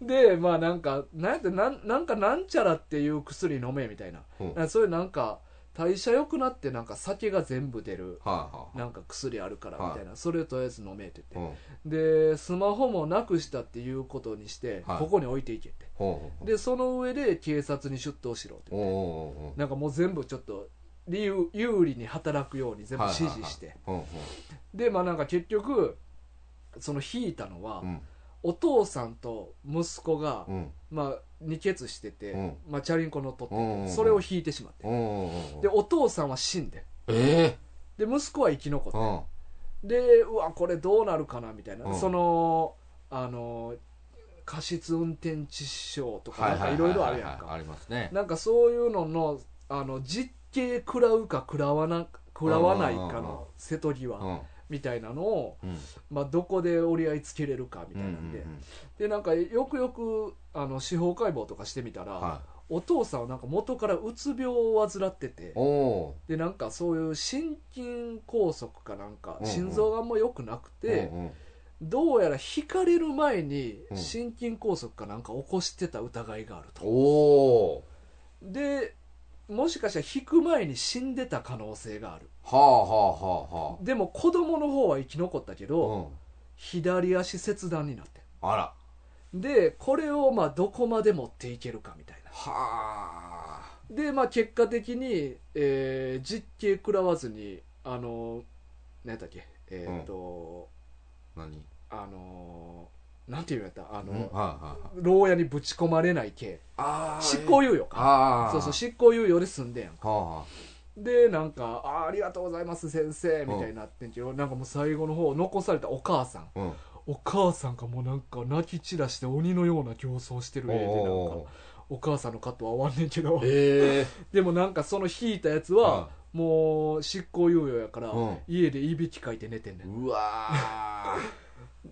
A: でまあなんかなんやってなんなんかなんちゃらっていう薬飲めみたいな,、
B: うん
A: なんかそういうなんか代謝良くなってなんか酒が全部出る
B: は
A: なんか薬あるからみたいな、それをとりあえず飲めって
B: いはい。う
A: 言って、
B: ん。
A: でスマホもなくしたっていうことにして、
B: はい
A: ここに置いていけって
B: ほうほう。
A: でその上で警察に出頭しろって
B: おう
A: 言って
B: おうおう
A: なんかもう全部ちょっと理由有利に働くように全部
B: はい
A: 指
B: はいはい
A: 示して、
B: ほうほ
A: でまあなんか結局その引いたのは、
B: う。うん。
A: お父さんと息子が、
B: うん。
A: まあ、二欠してて、
B: うん
A: まあ、チャリンコ乗っとってて、
B: うんうんうん
A: それを引いてしまって、
B: おうおうおう
A: でお父さんは死んで
B: え
A: で息子は生き残っ
B: え。う
A: て、
B: ん。
A: でうわこれどうなるかなみたいな、
B: うん
A: そのあの過失運転致傷とか
B: は
A: ないん
B: は
A: か
B: い
A: いろいろあるやん
B: はいはいはいあ
A: か
B: りますね。
A: なんかそういうののあの実刑食らうか食らわな食らわないかの瀬戸
B: う
A: 際
B: ん。
A: みたいなのを、
B: うん。
A: まあ、どこで折り合いつけれるかみ
B: う
A: た
B: ん
A: いうなんんで、
B: うん
A: でなんかよくよくあの司法解剖とかしてみたら、
B: は
A: お父さんはなんか元からうつ病を患ってて
B: い。おお
A: でなんかそういう心筋梗塞かなんか、
B: うんうん
A: 心臓があんま良くなく
B: う。
A: て
B: う、んうん
A: どうやら引かれる前に
B: うん
A: 心筋梗塞かなんか起こしてた疑いがあると、
B: おお。
A: でもしかしたら引く前に死んでた可能性がある
B: はあはあはあは
A: でも子供の方は生き残ったけ
B: あ。
A: ど、
B: うん。
A: 左足切断になって
B: あら。
A: でこれをまあどこまで持っていけるかみたいな
B: はあ。
A: で、まあ、結果的に、えー実刑食らわずにあの何やったっけえーっ、と、
B: 何
A: あのなんていうんやったあ
B: うんはい
A: の、
B: はいはい。
A: 牢屋にぶち込まれない刑
B: ああ。
A: 執行猶予か
B: ああ。
A: そうそう執行猶予で済んでんやん
B: はあはあ。
A: でなんかあー「ありがとうございます先生」みたいになってんけど、なんかもう最後の方残されたお母さん
B: うん。
A: お母さんがもうなんか泣き散らして鬼のような形相してる絵でなんか
B: おー
A: お母さんのカットは終わんねんけど
B: ええ。
A: でもなんかその引いたやつは、もう執行猶予やから、
B: うん
A: 家でいびきかいて寝てんねん
B: うわあ。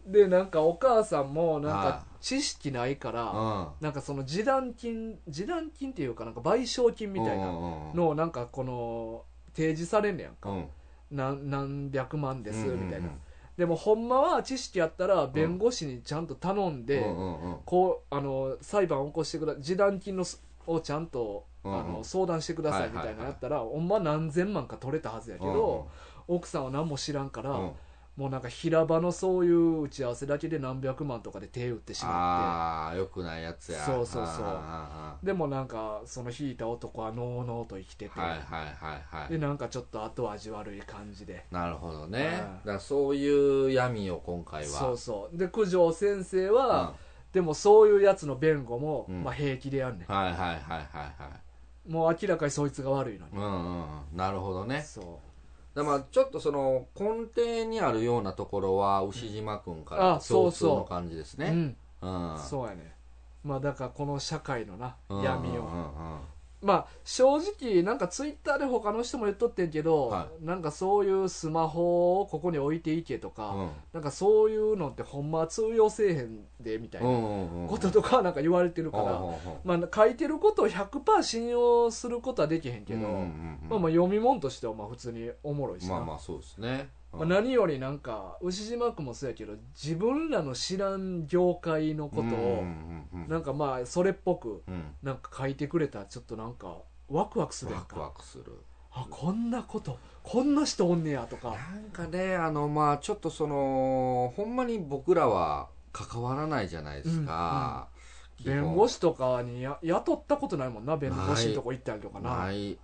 A: でなんかお母さんもなん
B: は
A: か知識ないから、
B: うん。
A: なんかその示談金示談金っていうかなんか賠償金みたいな
B: の
A: のをなんかこの提示されんねやんか、
B: うん
A: なん何百万ですみたいな、
B: うんうんうん
A: でもほんまは知識やったら弁護士にちゃんと頼んで、
B: うんうんうん
A: こうあの裁判を起こしてくだ示談金のすをちゃんと、あ
B: うんう
A: の
B: ん
A: 相談してくださいみたいなのやったら、ほんま何千万か取れたはずやけど、奥さんは何も知らんから、
B: うんうんうん
A: もうなんか平場のそういう打ち合わせだけで何百万とかで手打ってしまっ
B: ああよくないやつや
A: そうそうそう
B: あ
A: てでもなんかその引いた男はのうのうと生きて
B: ー
A: て、
B: はいはいはいはい
A: でなんかちょっと後味悪い感じで
B: なるほど
A: うん
B: ねだからそういう闇を今回は
A: そうそうで九条先生
B: うん
A: は
B: は、
A: でもそういうやつの弁護も、
B: うん
A: まあ、平気でやんね
B: いはいはいはいはい
A: んもう明らかにそいつが悪いのに、
B: うんうんうんなるほどね
A: そ
B: だからまあちょっとその根底にあるようなところは牛島君から
A: あそ
B: 共
A: う
B: 通
A: そう
B: の感じです
A: う、
B: ね
A: うん
B: うん
A: そうやねまあだからこの社会のな
B: うん
A: 闇
B: う
A: を
B: んうん
A: まあ正直なんかツイッターで他の人も言っとってんけど、
B: は
A: なんかそういうスマホをここに置いていけとか、
B: うん
A: なんかそういうのってほんまは通用せえへんでみたい
B: うん
A: な
B: うんうん
A: こととかなんか言われてるから、
B: うんうんうん
A: まあ、書いてることを100%信用することはできへんけど、
B: うんうんうん
A: まあ、まあ読み物としてはまあ普通におもろいしな、
B: まあまあそうですね、うん
A: まあ何よりなんか牛島君もそうやけど自分らの知らん業界のことを
B: うんうんうんうん
A: なんかまあそれっぽく
B: うん
A: なんか書いてくれたらちょっとなんかワクワクするや
B: ワ
A: ん
B: ク
A: か
B: ワクする
A: あこんなことこんな人おんねやとか
B: なんかねあのまあちょっとそのほんまに僕らは関わらないじゃないですか、基本
A: 弁護士とかにや雇ったことないもんな弁護士のとこ行ったりとかな
B: ない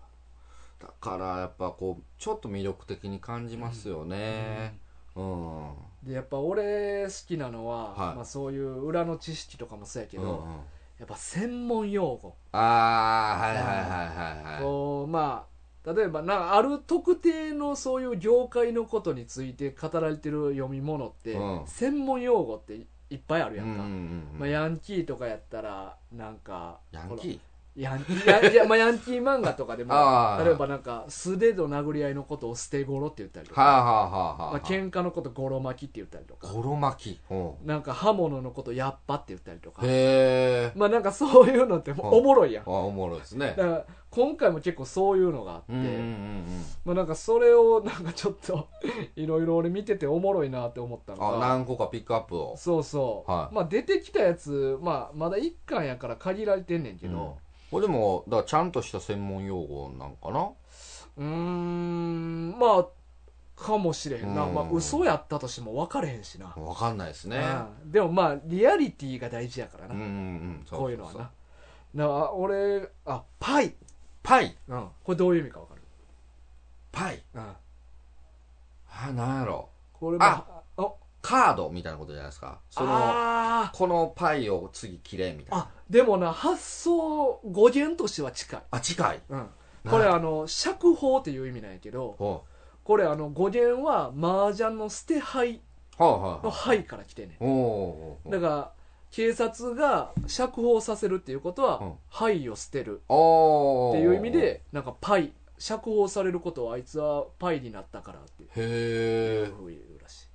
B: だからやっぱこうちょっと魅力的に感じますよねうん、うん
A: でやっぱ俺好きなのは、
B: はい
A: まあ、そういう裏の知識とかもそうやけど、
B: うん
A: やっぱ専門用語
B: ああはいはいはいはいはい
A: こうまあ例えばなある特定のそういう業界のことについて語られてる読み物って、
B: うん
A: 専門用語っていっぱいあるや
B: うんん
A: か、
B: うん
A: ま
B: う
A: あ、
B: ん
A: ヤンキーとかやったらなんか
B: ヤ
A: ほ
B: ンキー
A: らヤンキーやいや、まあ、ヤンキー漫画とかでも
B: あー
A: 例えばなんか素手と殴り合いのことを捨て頃って言ったりとか、
B: はあはあはあは
A: ま
B: あ
A: あ、喧嘩のことゴロ巻きって言ったりとか
B: ゴロ巻きうん
A: なんか刃物のことやっぱって言ったりとか
B: へえ
A: まあなんかそういうのってもうおもろいやん
B: あおもろいですね
A: だから今回も結構そういうのがあって、
B: うんうんうん
A: まあなんかそれを なんかちょっといろいろ俺見てておもろいなって思ったの
B: あ
A: が
B: 何個かピックアップを
A: そうそう、
B: はい
A: まあ出てきたやつ、まあ、まだ1巻やから限られてんねんけど
B: これでもだからちゃんとした専門用語なんかな
A: うーんまあかもしれへんな、
B: うん
A: まあ嘘やったとしても分かれへんしな、
B: わかんないですね
A: うんでもまあリアリティが大事やからな、
B: うんうんうんそ
A: こ
B: そう
A: いう
B: そ
A: のはななあ俺あパイ、
B: パイ
A: うん、これどういう意味か分かる、
B: パイ
A: うん、
B: あ何やろ
A: これまああ
B: カードみたいなことじゃないですかその
A: あー
B: このパイを次切れみたいな
A: あでもな発想語源としては近い、
B: あ近い
A: うん、これ
B: は
A: あの釈放っていう意味なんやけど
B: ほ
A: これあの語源は麻雀の捨て牌
B: うは
A: の
B: いはい
A: 牌から来てんね
B: おお
A: んだから警察が釈放させるっていうこと
B: う
A: は
B: ん
A: 牌を捨てる
B: ら
A: っ
B: おお
A: ていう意味でなんかパイ釈放されることをあいつはパイになったからっていう
B: へえ
A: ふうに言うらしい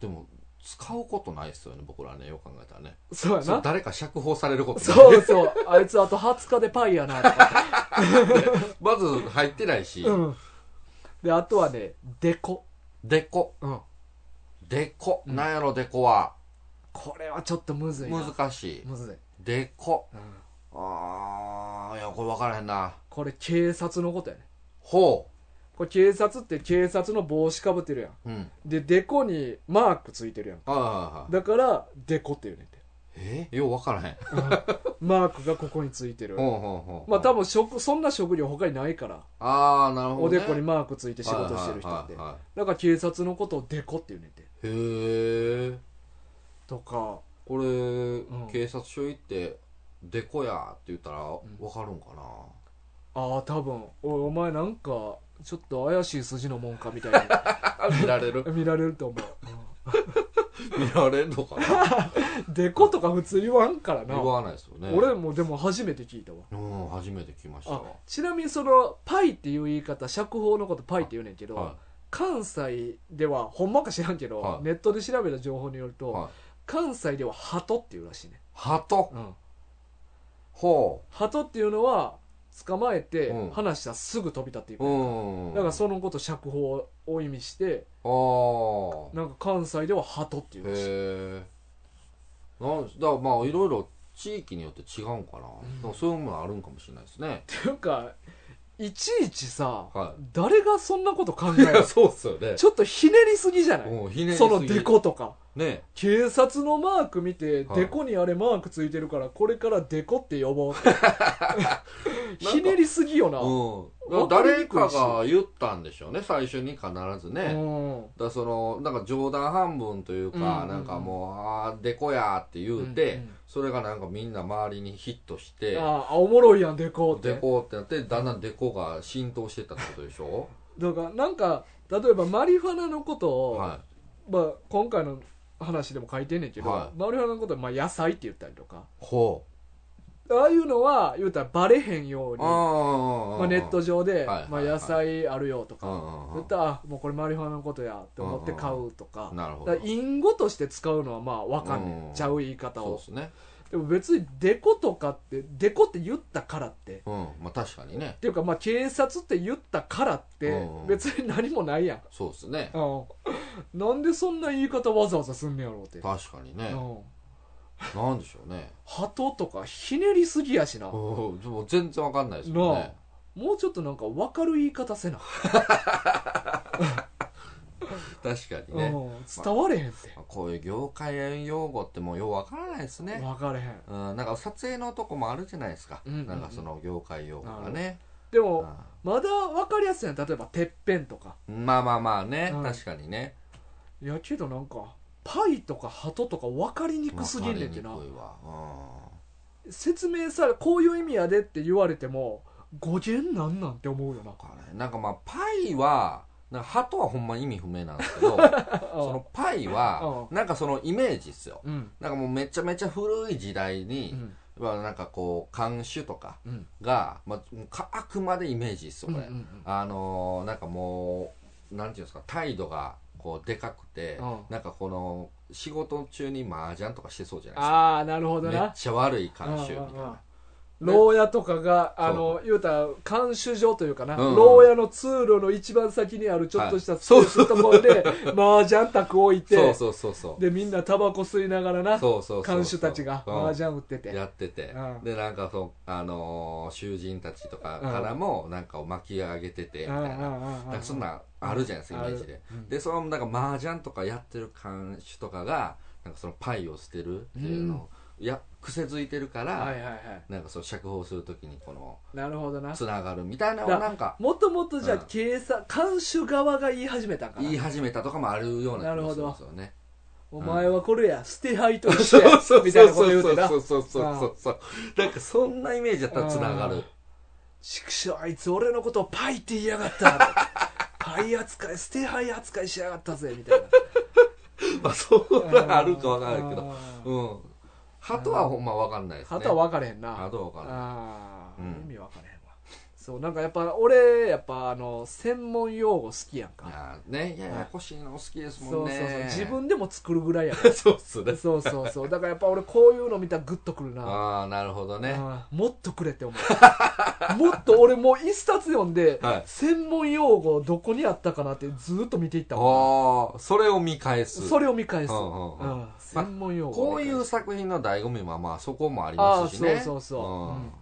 B: でも使うことないっすよね僕らねよく考えたらね
A: そうや
B: そ
A: な
B: う誰か釈放されることない
A: そうそうあいつあと20日でパイやなとか、
B: まず入ってないし、
A: うん、であとはねデコ、
B: でこ
A: うん、
B: でこ、
A: うん
B: なんやろでこは
A: これはちょっとむずいな
B: 難しい
A: むずい、
B: でこ
A: うん
B: あーいやこれ分からへんな
A: これ警察のことやね
B: ほ
A: これ警察って警察の帽子かぶってるやん
B: ううん
A: でデコにマークついてるやん
B: はいはいはい
A: だからデコっていうねんて
B: えよう分からへん
A: マークがここについてる
B: ほうほうほう
A: まあ多分職そんな職業他にないから
B: ああなる
A: お
B: ほど、ね、
A: でこにマークついて仕事してる人って
B: はいはいは
A: だから警察のことをデコっていうねんて
B: いはいへえ
A: とか
B: これ、
A: ん
B: 警察署行って「でこや」って言ったら
A: ん
B: 分かるんかな、
A: ああ多分おいお前なんかちょっと怪しい筋のもんかみたいな
B: 見られる
A: 見られると思
B: 見られるのかな
A: うデコとか普通言わんからな
B: 言わないですよね
A: 俺もでも初めて聞いたわ
B: うん初めて来ました
A: あ
B: わ
A: ちなみにそのパイっていう言い方釈放のことパイって言うねんけど、
B: は
A: 関西ではほんまか知らんけど、
B: はい
A: ネットで調べた情報によると、
B: はい
A: 関西では鳩っていうらしいね、
B: 鳩
A: うん、
B: ほ
A: 鳩っていうのは捕まえて
B: うん
A: 離したらすぐ飛び立っていく、
B: ううん
A: だからそのこと釈放を意味して
B: ああ
A: なんか関西では鳩っていうらしい
B: へえなんだからまあいろいろ地域によって違うんかな、
A: ん
B: でもそういうものあるんかもしれないですね
A: っていうかいちいちさ、
B: はい
A: 誰がそんなこと考え る
B: そうっすよね
A: ちょっとひねりすぎじゃない、
B: うんひねりす
A: そ
B: ぎ
A: のデコとか
B: ね
A: 警察のマーク見て、
B: はい
A: デコにあれマークついてるからこれからデコって呼 ぼうってひねりすぎよな、
B: う
A: わ
B: ん
A: かり
B: 誰
A: にくい
B: か
A: し
B: が言ったんでしょうね最初に必ずね、だか
A: うん
B: らそのなんか冗談半分というか、
A: うんうんうん
B: なんかもう「あーでこや」って言うて、
A: うんうん
B: それがなんかみんな周りにヒットして
A: ああおもろいやんデコって
B: デコってなってだんだんデコが浸透してったってことでしょ、
A: だからなんか例えばマリファナのことを、
B: は
A: まあ、今回の話でも書いてんねんけど、
B: はい
A: マリファナのことはまあ野菜って言ったりとか
B: い、ほ
A: ああいうのは言うたらバレへんように
B: ま
A: まあ、ネット上で、
B: はいはい
A: まあ、
B: はい
A: 野菜あるよとか、
B: 上
A: 絶対あもうこれマリファナのことやって思って買うとか,、
B: なるほ
A: だ
B: ど
A: から隠語として使うのはまあわかんね
B: うん
A: んちゃう言い方
B: そう
A: を
B: ですね
A: でも別に「デコ」とかって「デコ」って言ったからって
B: うんまあ確かにね
A: っていうかまあ警察って言ったからって
B: うん
A: 別に何もないやん、
B: そうですね
A: うん、なんでそんな言い方わざわざすんねやろうって、う
B: 確かにね
A: ん、
B: なんでしょうね
A: 鳩とかひねりすぎやしな
B: おーでも全然わかんないですもん
A: なあ
B: ね
A: もうちょっとなんか分かる言い方せな、
B: 確か
A: う
B: に
A: ん
B: ね
A: 伝われへんって
B: まあこういう業界用語ってもうようわからないですね
A: 分かれへん
B: うんなんか撮影のとこもあるじゃないですか
A: うんうんうん
B: なんかその業界用語がね
A: でも、
B: あ
A: まだ分かりやすいやん例えば「てっぺん」とか
B: あまあまあまあね
A: うん
B: 確かにね
A: いやけどなんか「パイ」とか「鳩」とか分かりにくすぎんねんってな
B: わかりにくいわうん
A: 説明されこういう意味やでって言われても語源なんなんて思うよな
B: わかんないなんかまあパイはなんか鳩はほんま意味不明なんです けどそのパイはなんかそのイメージっすよ
A: うん
B: なんかもうめちゃめちゃ古い時代
A: う
B: に、
A: ん
B: まあなんかこう看守とか
A: うん
B: が、まあ、もうかあくまでイメージっすよ
A: うん
B: こ
A: う
B: れ、
A: ん
B: あのーなんかもうなんていうんですか態度がこうでかくて、
A: うん
B: なんかこの仕事中に麻雀とかしてそうじゃない
A: ああなるほ
B: で
A: ど
B: すかめっ
A: な
B: ちゃ悪い看守みたい
A: うんうんうん
B: な
A: 牢屋とかが
B: そう
A: あの言うたら看守所というかな、
B: うんうん
A: 牢屋の通路の一番先にあるちょっとしたスペースのところで、麻雀卓置いて
B: そうそうそうそう
A: でみんなタバコ吸いながらな
B: そうそうそう
A: 看守たちが
B: うん
A: 麻雀打ってて、
B: やってて、
A: うん
B: でなんかそうあのー囚人たちとかからもなんかを巻き上げててみたいな,、なんかそんなんあるじゃないですか、イメージで、でそのなんか麻雀とかやってる看守とかがなんかそのパイを捨てるっていうのを、や癖づいてるから、
A: はいはいはい
B: なんかそう釈放するときにこの
A: なるほどな
B: つながるみたいなのを
A: だ
B: なんか
A: もともとじゃあ
B: うん
A: 警察、看守側が言い始めたんかな
B: 言い始めたとかもあるような気もするんですよね
A: お前はこれや捨て灰としてやみたいなこと言うてな
B: そうそうそうそうそうなんかそんなイメージだったらつながる
A: 畜生あいつ俺のことをパイって言いやがった パイ扱い捨て灰扱いしやがったぜみたい
B: まあそう
A: な
B: は あるかわからないけど
A: ど
B: うん鳩はほんまわかんないですね
A: 鳩は分かれへんな
B: 鳩はわかんない
A: ああ、
B: うん
A: 意味分からへんわそうなんかやっぱ俺やっぱあの専門用語好きやん
B: い
A: か
B: やーねややこしいの好きです
A: そ
B: もん
A: うそうそう
B: ね
A: 自分でも作るぐらいやか
B: そうっす
A: ら
B: ね
A: そうそうそうだからやっぱ俺こういうの見たらグッとくるな
B: ああなるほどね
A: うんもっとくれって思う もっと俺もう一冊読んで、
B: はい
A: 専門用語どこにあったかなってずっと見ていったもん
B: ああそれを見返す
A: それを見返す、
B: う
A: うん
B: うんうん
A: 専門用語
B: こういう作品の醍醐味はまあそこもありますし
A: あ
B: ね
A: ーそうそうそう
B: うん
A: うん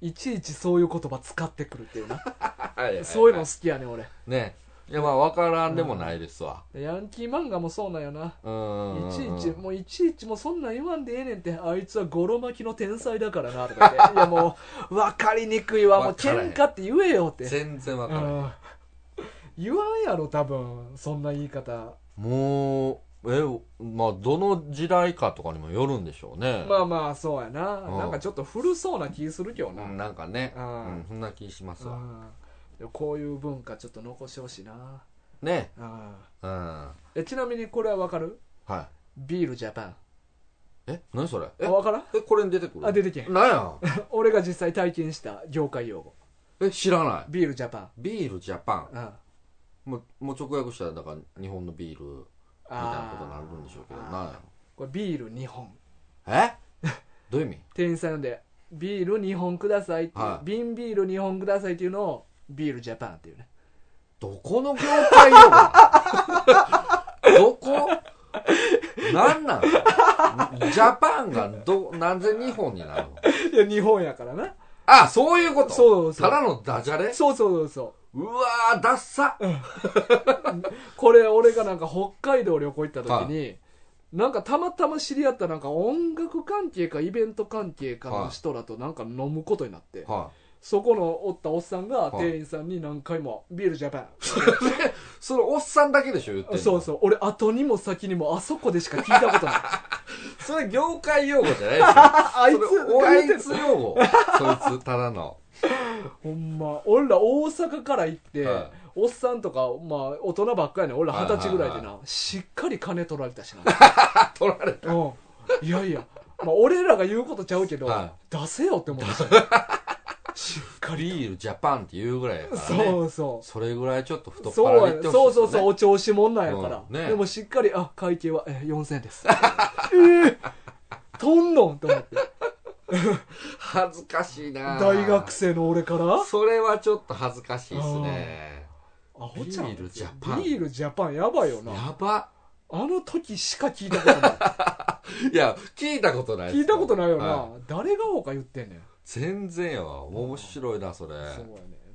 A: いちいちそういう言葉使ってくるっていうな
B: はいはいは い
A: そういうの好きやね俺
B: ねいやまあ分からんでもないですわ
A: ヤンキー漫画もそうなんよな
B: うん
A: いちいちもういちいちもうそんなん言わんでええねんってあいつはゴロ巻きの天才だからなとか言 っていやもう分かりにくいわもう
B: 分からへん
A: 喧嘩って言えよって
B: 全然分からん
A: うん言わんやろ多分そんな言い方
B: もうえまあどの時代かとかにもよるんでしょうね
A: まあまあそうやな、
B: うん
A: なんかちょっと古そうな気するけどな、
B: うんなんかねう
A: うん
B: んそんな気しますわ
A: うんでもこういう文化ちょっと残してほしいな、
B: ね
A: うん
B: うんは
A: えちなみにこれはわかる
B: い
A: ビールジャパン
B: え何それえ
A: あわからん
B: えこれに出てくる
A: あ出てけん
B: なんや
A: 俺が実際体験した業界用語
B: え知らない
A: ビールジャパン
B: ビールジャパ
A: うん
B: ンもうもう直訳したらだから日本のビールみたいなことになるんでしょうけど
A: あー
B: なんや
A: これビール2本
B: えどういう意味
A: 店員さん呼んでビール2本くださいっていう、
B: はい
A: 瓶ビール2本くださいっていうのをビールジャパンっていう ね
B: どこの業界用語 どこなんなんジャパンがど、なぜ日本になるの
A: いや日本やからな
B: あ、そういうこと
A: そうそう
B: ただのダジャレ
A: そうそうそうそう
B: うわー、ダッサ
A: これ俺がなんか北海道旅行行った時に、なんかたまたま知り合ったなんか音楽関係かイベント関係かの人らとなんか飲むことになって、
B: はい。
A: そこのおったおっさんが
B: い
A: 店員さんに何回も「ビールジャパン」
B: そのおっさんだけでしょ言ってんの
A: そうそう俺後にも先にもあそこでしか聞いたこ とない
B: それ業界用語じゃないで
A: ああいつ
B: すよ。それお あ
A: 言うて
B: い
A: る
B: つ用語。そいつ、ただの。
A: ほんま俺ら大阪から行って、
B: はい
A: おっさんとかまあ大人ばっかりやねん俺ら二十歳ぐらいでな、
B: はい
A: しっかり金取られたしな
B: あ、取られた。
A: うんいやいやまあ俺らが言うことちゃうけど、
B: は
A: 出せよって思っ てたしっかり
B: ビールジャパンっていうぐらいやからね
A: そうそ
B: それぐらいちょっと太
A: う
B: っ腹
A: そう
B: で
A: や
B: いっ
A: ね
B: てほしい
A: そうそうそう、
B: う
A: お調子者なんやから、
B: うんね
A: でもしっかりあ会計は、えー、4000円です えー、とんのんと思って
B: 恥ずかしいな
A: 大学生の俺からア
B: それはちょっと恥ずかしいですね
A: ホちゃん
B: ビールジャパン
A: ビールジャパンやばいよな
B: やば
A: あの時しか聞いた ことない
B: や聞いたことない
A: い
B: っす
A: 聞いたことないよな、
B: は
A: 誰がほか言ってんねん、
B: 全然やわ面白いなそれ
A: そうやね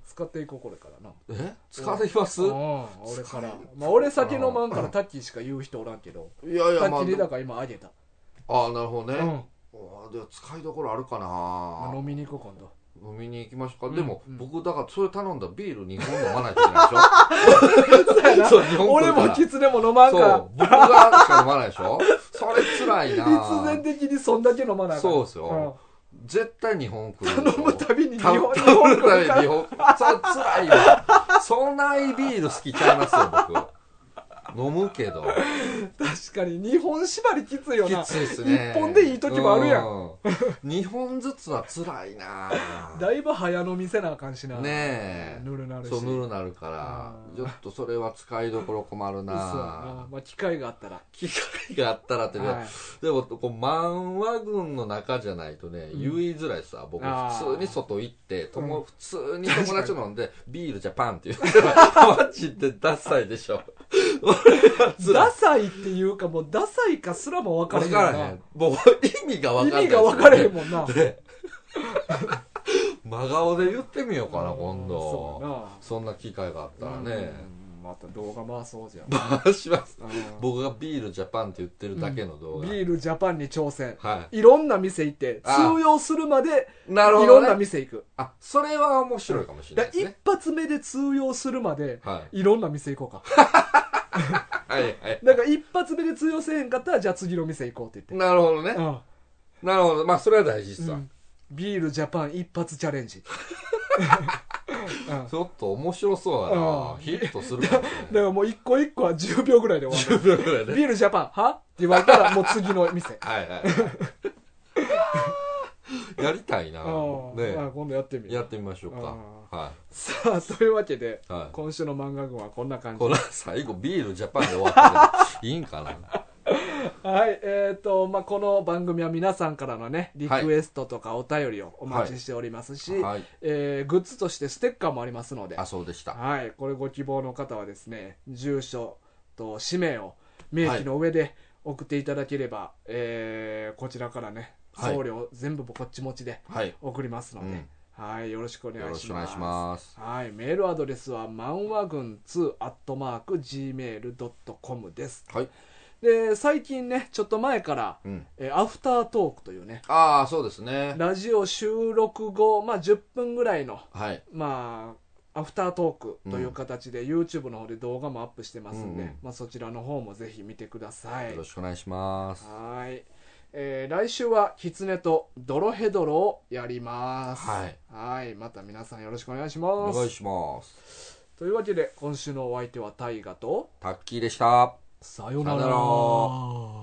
A: 使っていこうこれからな
B: え使ってきます
A: うん
B: い
A: 俺から、まあ、俺酒飲まんからタッキーしか言う人おらんけど
B: やい
A: タ
B: やまあ
A: ッキーにだから今あげた、
B: ああなるほどね、
A: うん
B: あでも使いどころあるか
A: まあ、
B: な
A: 飲みに行こう今度
B: 飲みに行きましょうか、
A: うん
B: でも、
A: うん
B: 僕だからそれ頼んだビール2本飲まないといけないで しょそう日本
A: 俺
B: 来るから
A: もキツネも飲まんか
B: そう
A: ら
B: 僕がしか飲まないでしょそれ辛い な
A: 必然的にそんだけ飲まなあかん
B: そうですよ、絶対日本来るでしょ
A: 頼むたびに日
B: 頼
A: 本
B: む
A: 日
B: 頼
A: 本
B: むため
A: 来
B: に
A: るから
B: 日本それ辛いわそんないビール好きちゃいますよ僕飲むけど
A: 確かに日本縛りきついよ
B: き
A: な
B: ついっすね
A: 一本でいい時もあるやん
B: ん2本ずつは辛いな
A: だいぶ早飲みせなあかんしな
B: ねえ
A: ぬるなるし
B: そう
A: 嘘
B: ぬ
A: や
B: るなるから
A: うん
B: ちょっとそれは使いどころ困る
A: な
B: な
A: まあ機会があったら
B: 機会があったらってね、
A: はい
B: でもこう漫画群の中じゃないとね、
A: うん
B: 言いづらいさ僕
A: あー
B: 普通に外行ってとも、
A: う
B: 普通に友達と飲 んでビールジャパンって言ってマジでダサいでしょ俺は辛い
A: ダサいっていうかもうダサいかすらも分からへ
B: 分
A: ん
B: から
A: よ
B: へ
A: なん
B: もう意味が分から
A: 意
B: ない
A: 味が分からへんもんな
B: で 真顔で言ってみようかな今
A: そ
B: 度
A: うやな
B: そんな機会があったらね、
A: うんまた動画回そうじゃん
B: 回します
A: うん
B: 僕がビールジャパンって言ってるだけの動画、
A: ビールジャパンに挑戦
B: はい
A: ろんな店行って
B: ああ
A: 通用するまで
B: いないるほ
A: ろ
B: ど、
A: んな
B: ね、
A: 店行く
B: あそれは面白いかもしれ
A: だ
B: ない
A: か
B: で
A: ら一
B: すね
A: 発目で通用するまで
B: はい
A: ろんな店行こ うか
B: いはい はい
A: だから一発目で通用せえへんかったらじゃあ次の店行こうって言っ
B: なるほどね
A: てうん
B: なるほどまあそれは大事っすわ、
A: うんビールジャパン一発チャレ ンジうん
B: ちょっと面白そうだな
A: うん
B: ヒットするかも
A: だ
B: し れ
A: か
B: ない
A: らもう一個一個は10秒ぐらいで終わ
B: 10秒ぐらい
A: る。
B: ね
A: ビールジャパン、はって言われたらもう次の 店。
B: はいはい やりたいな
A: あ
B: ね
A: あ今度やってみる。
B: やってみましょうかは
A: さあ、というわけで、
B: いはい
A: 今週の漫画群はこんな感じ
B: こ。れ最後ビールジャパンで終わった けどいいんかな
A: はい、えっ、と、まあ、この番組は皆さんからのね、リクエストとかお便りをお待ちしておりますし、
B: はい
A: えーグッズとしてステッカーもありますので、
B: あそうでした
A: はい、これご希望の方はですね、住所と氏名を明記の上で送っていただければ、えーこちらからね、
B: はい
A: 送料全部こっち持ちで
B: はい
A: 送りますので、はい、よろしくお願
B: よろ
A: い
B: し
A: し
B: くお
A: ま
B: 願い
A: す。
B: します
A: はい、メールアドレスは、漫画軍2アットマーク gmail.com です。
B: はい
A: で、最近ね、ちょっと前から、
B: うん
A: えーアフタートークというね、
B: ああそうですね
A: ラジオ収録後、まあ10分ぐらいの、
B: はい
A: まあ、アフタートークという形で、YouTube の方で動画もアップしてますんで、
B: うんうん
A: まあ、そちらの方もぜひ見てください
B: よろ。しくお願いします
A: はい。えー来週は、キツネとドロヘドロをやります。
B: はい。
A: はい。また皆さんよろしくお願いし
B: お
A: ま
B: 願い
A: す。
B: します
A: というわけで、今週のお相手はタイガと、
B: タッキーでした
A: さ
B: ようなら
A: ようなら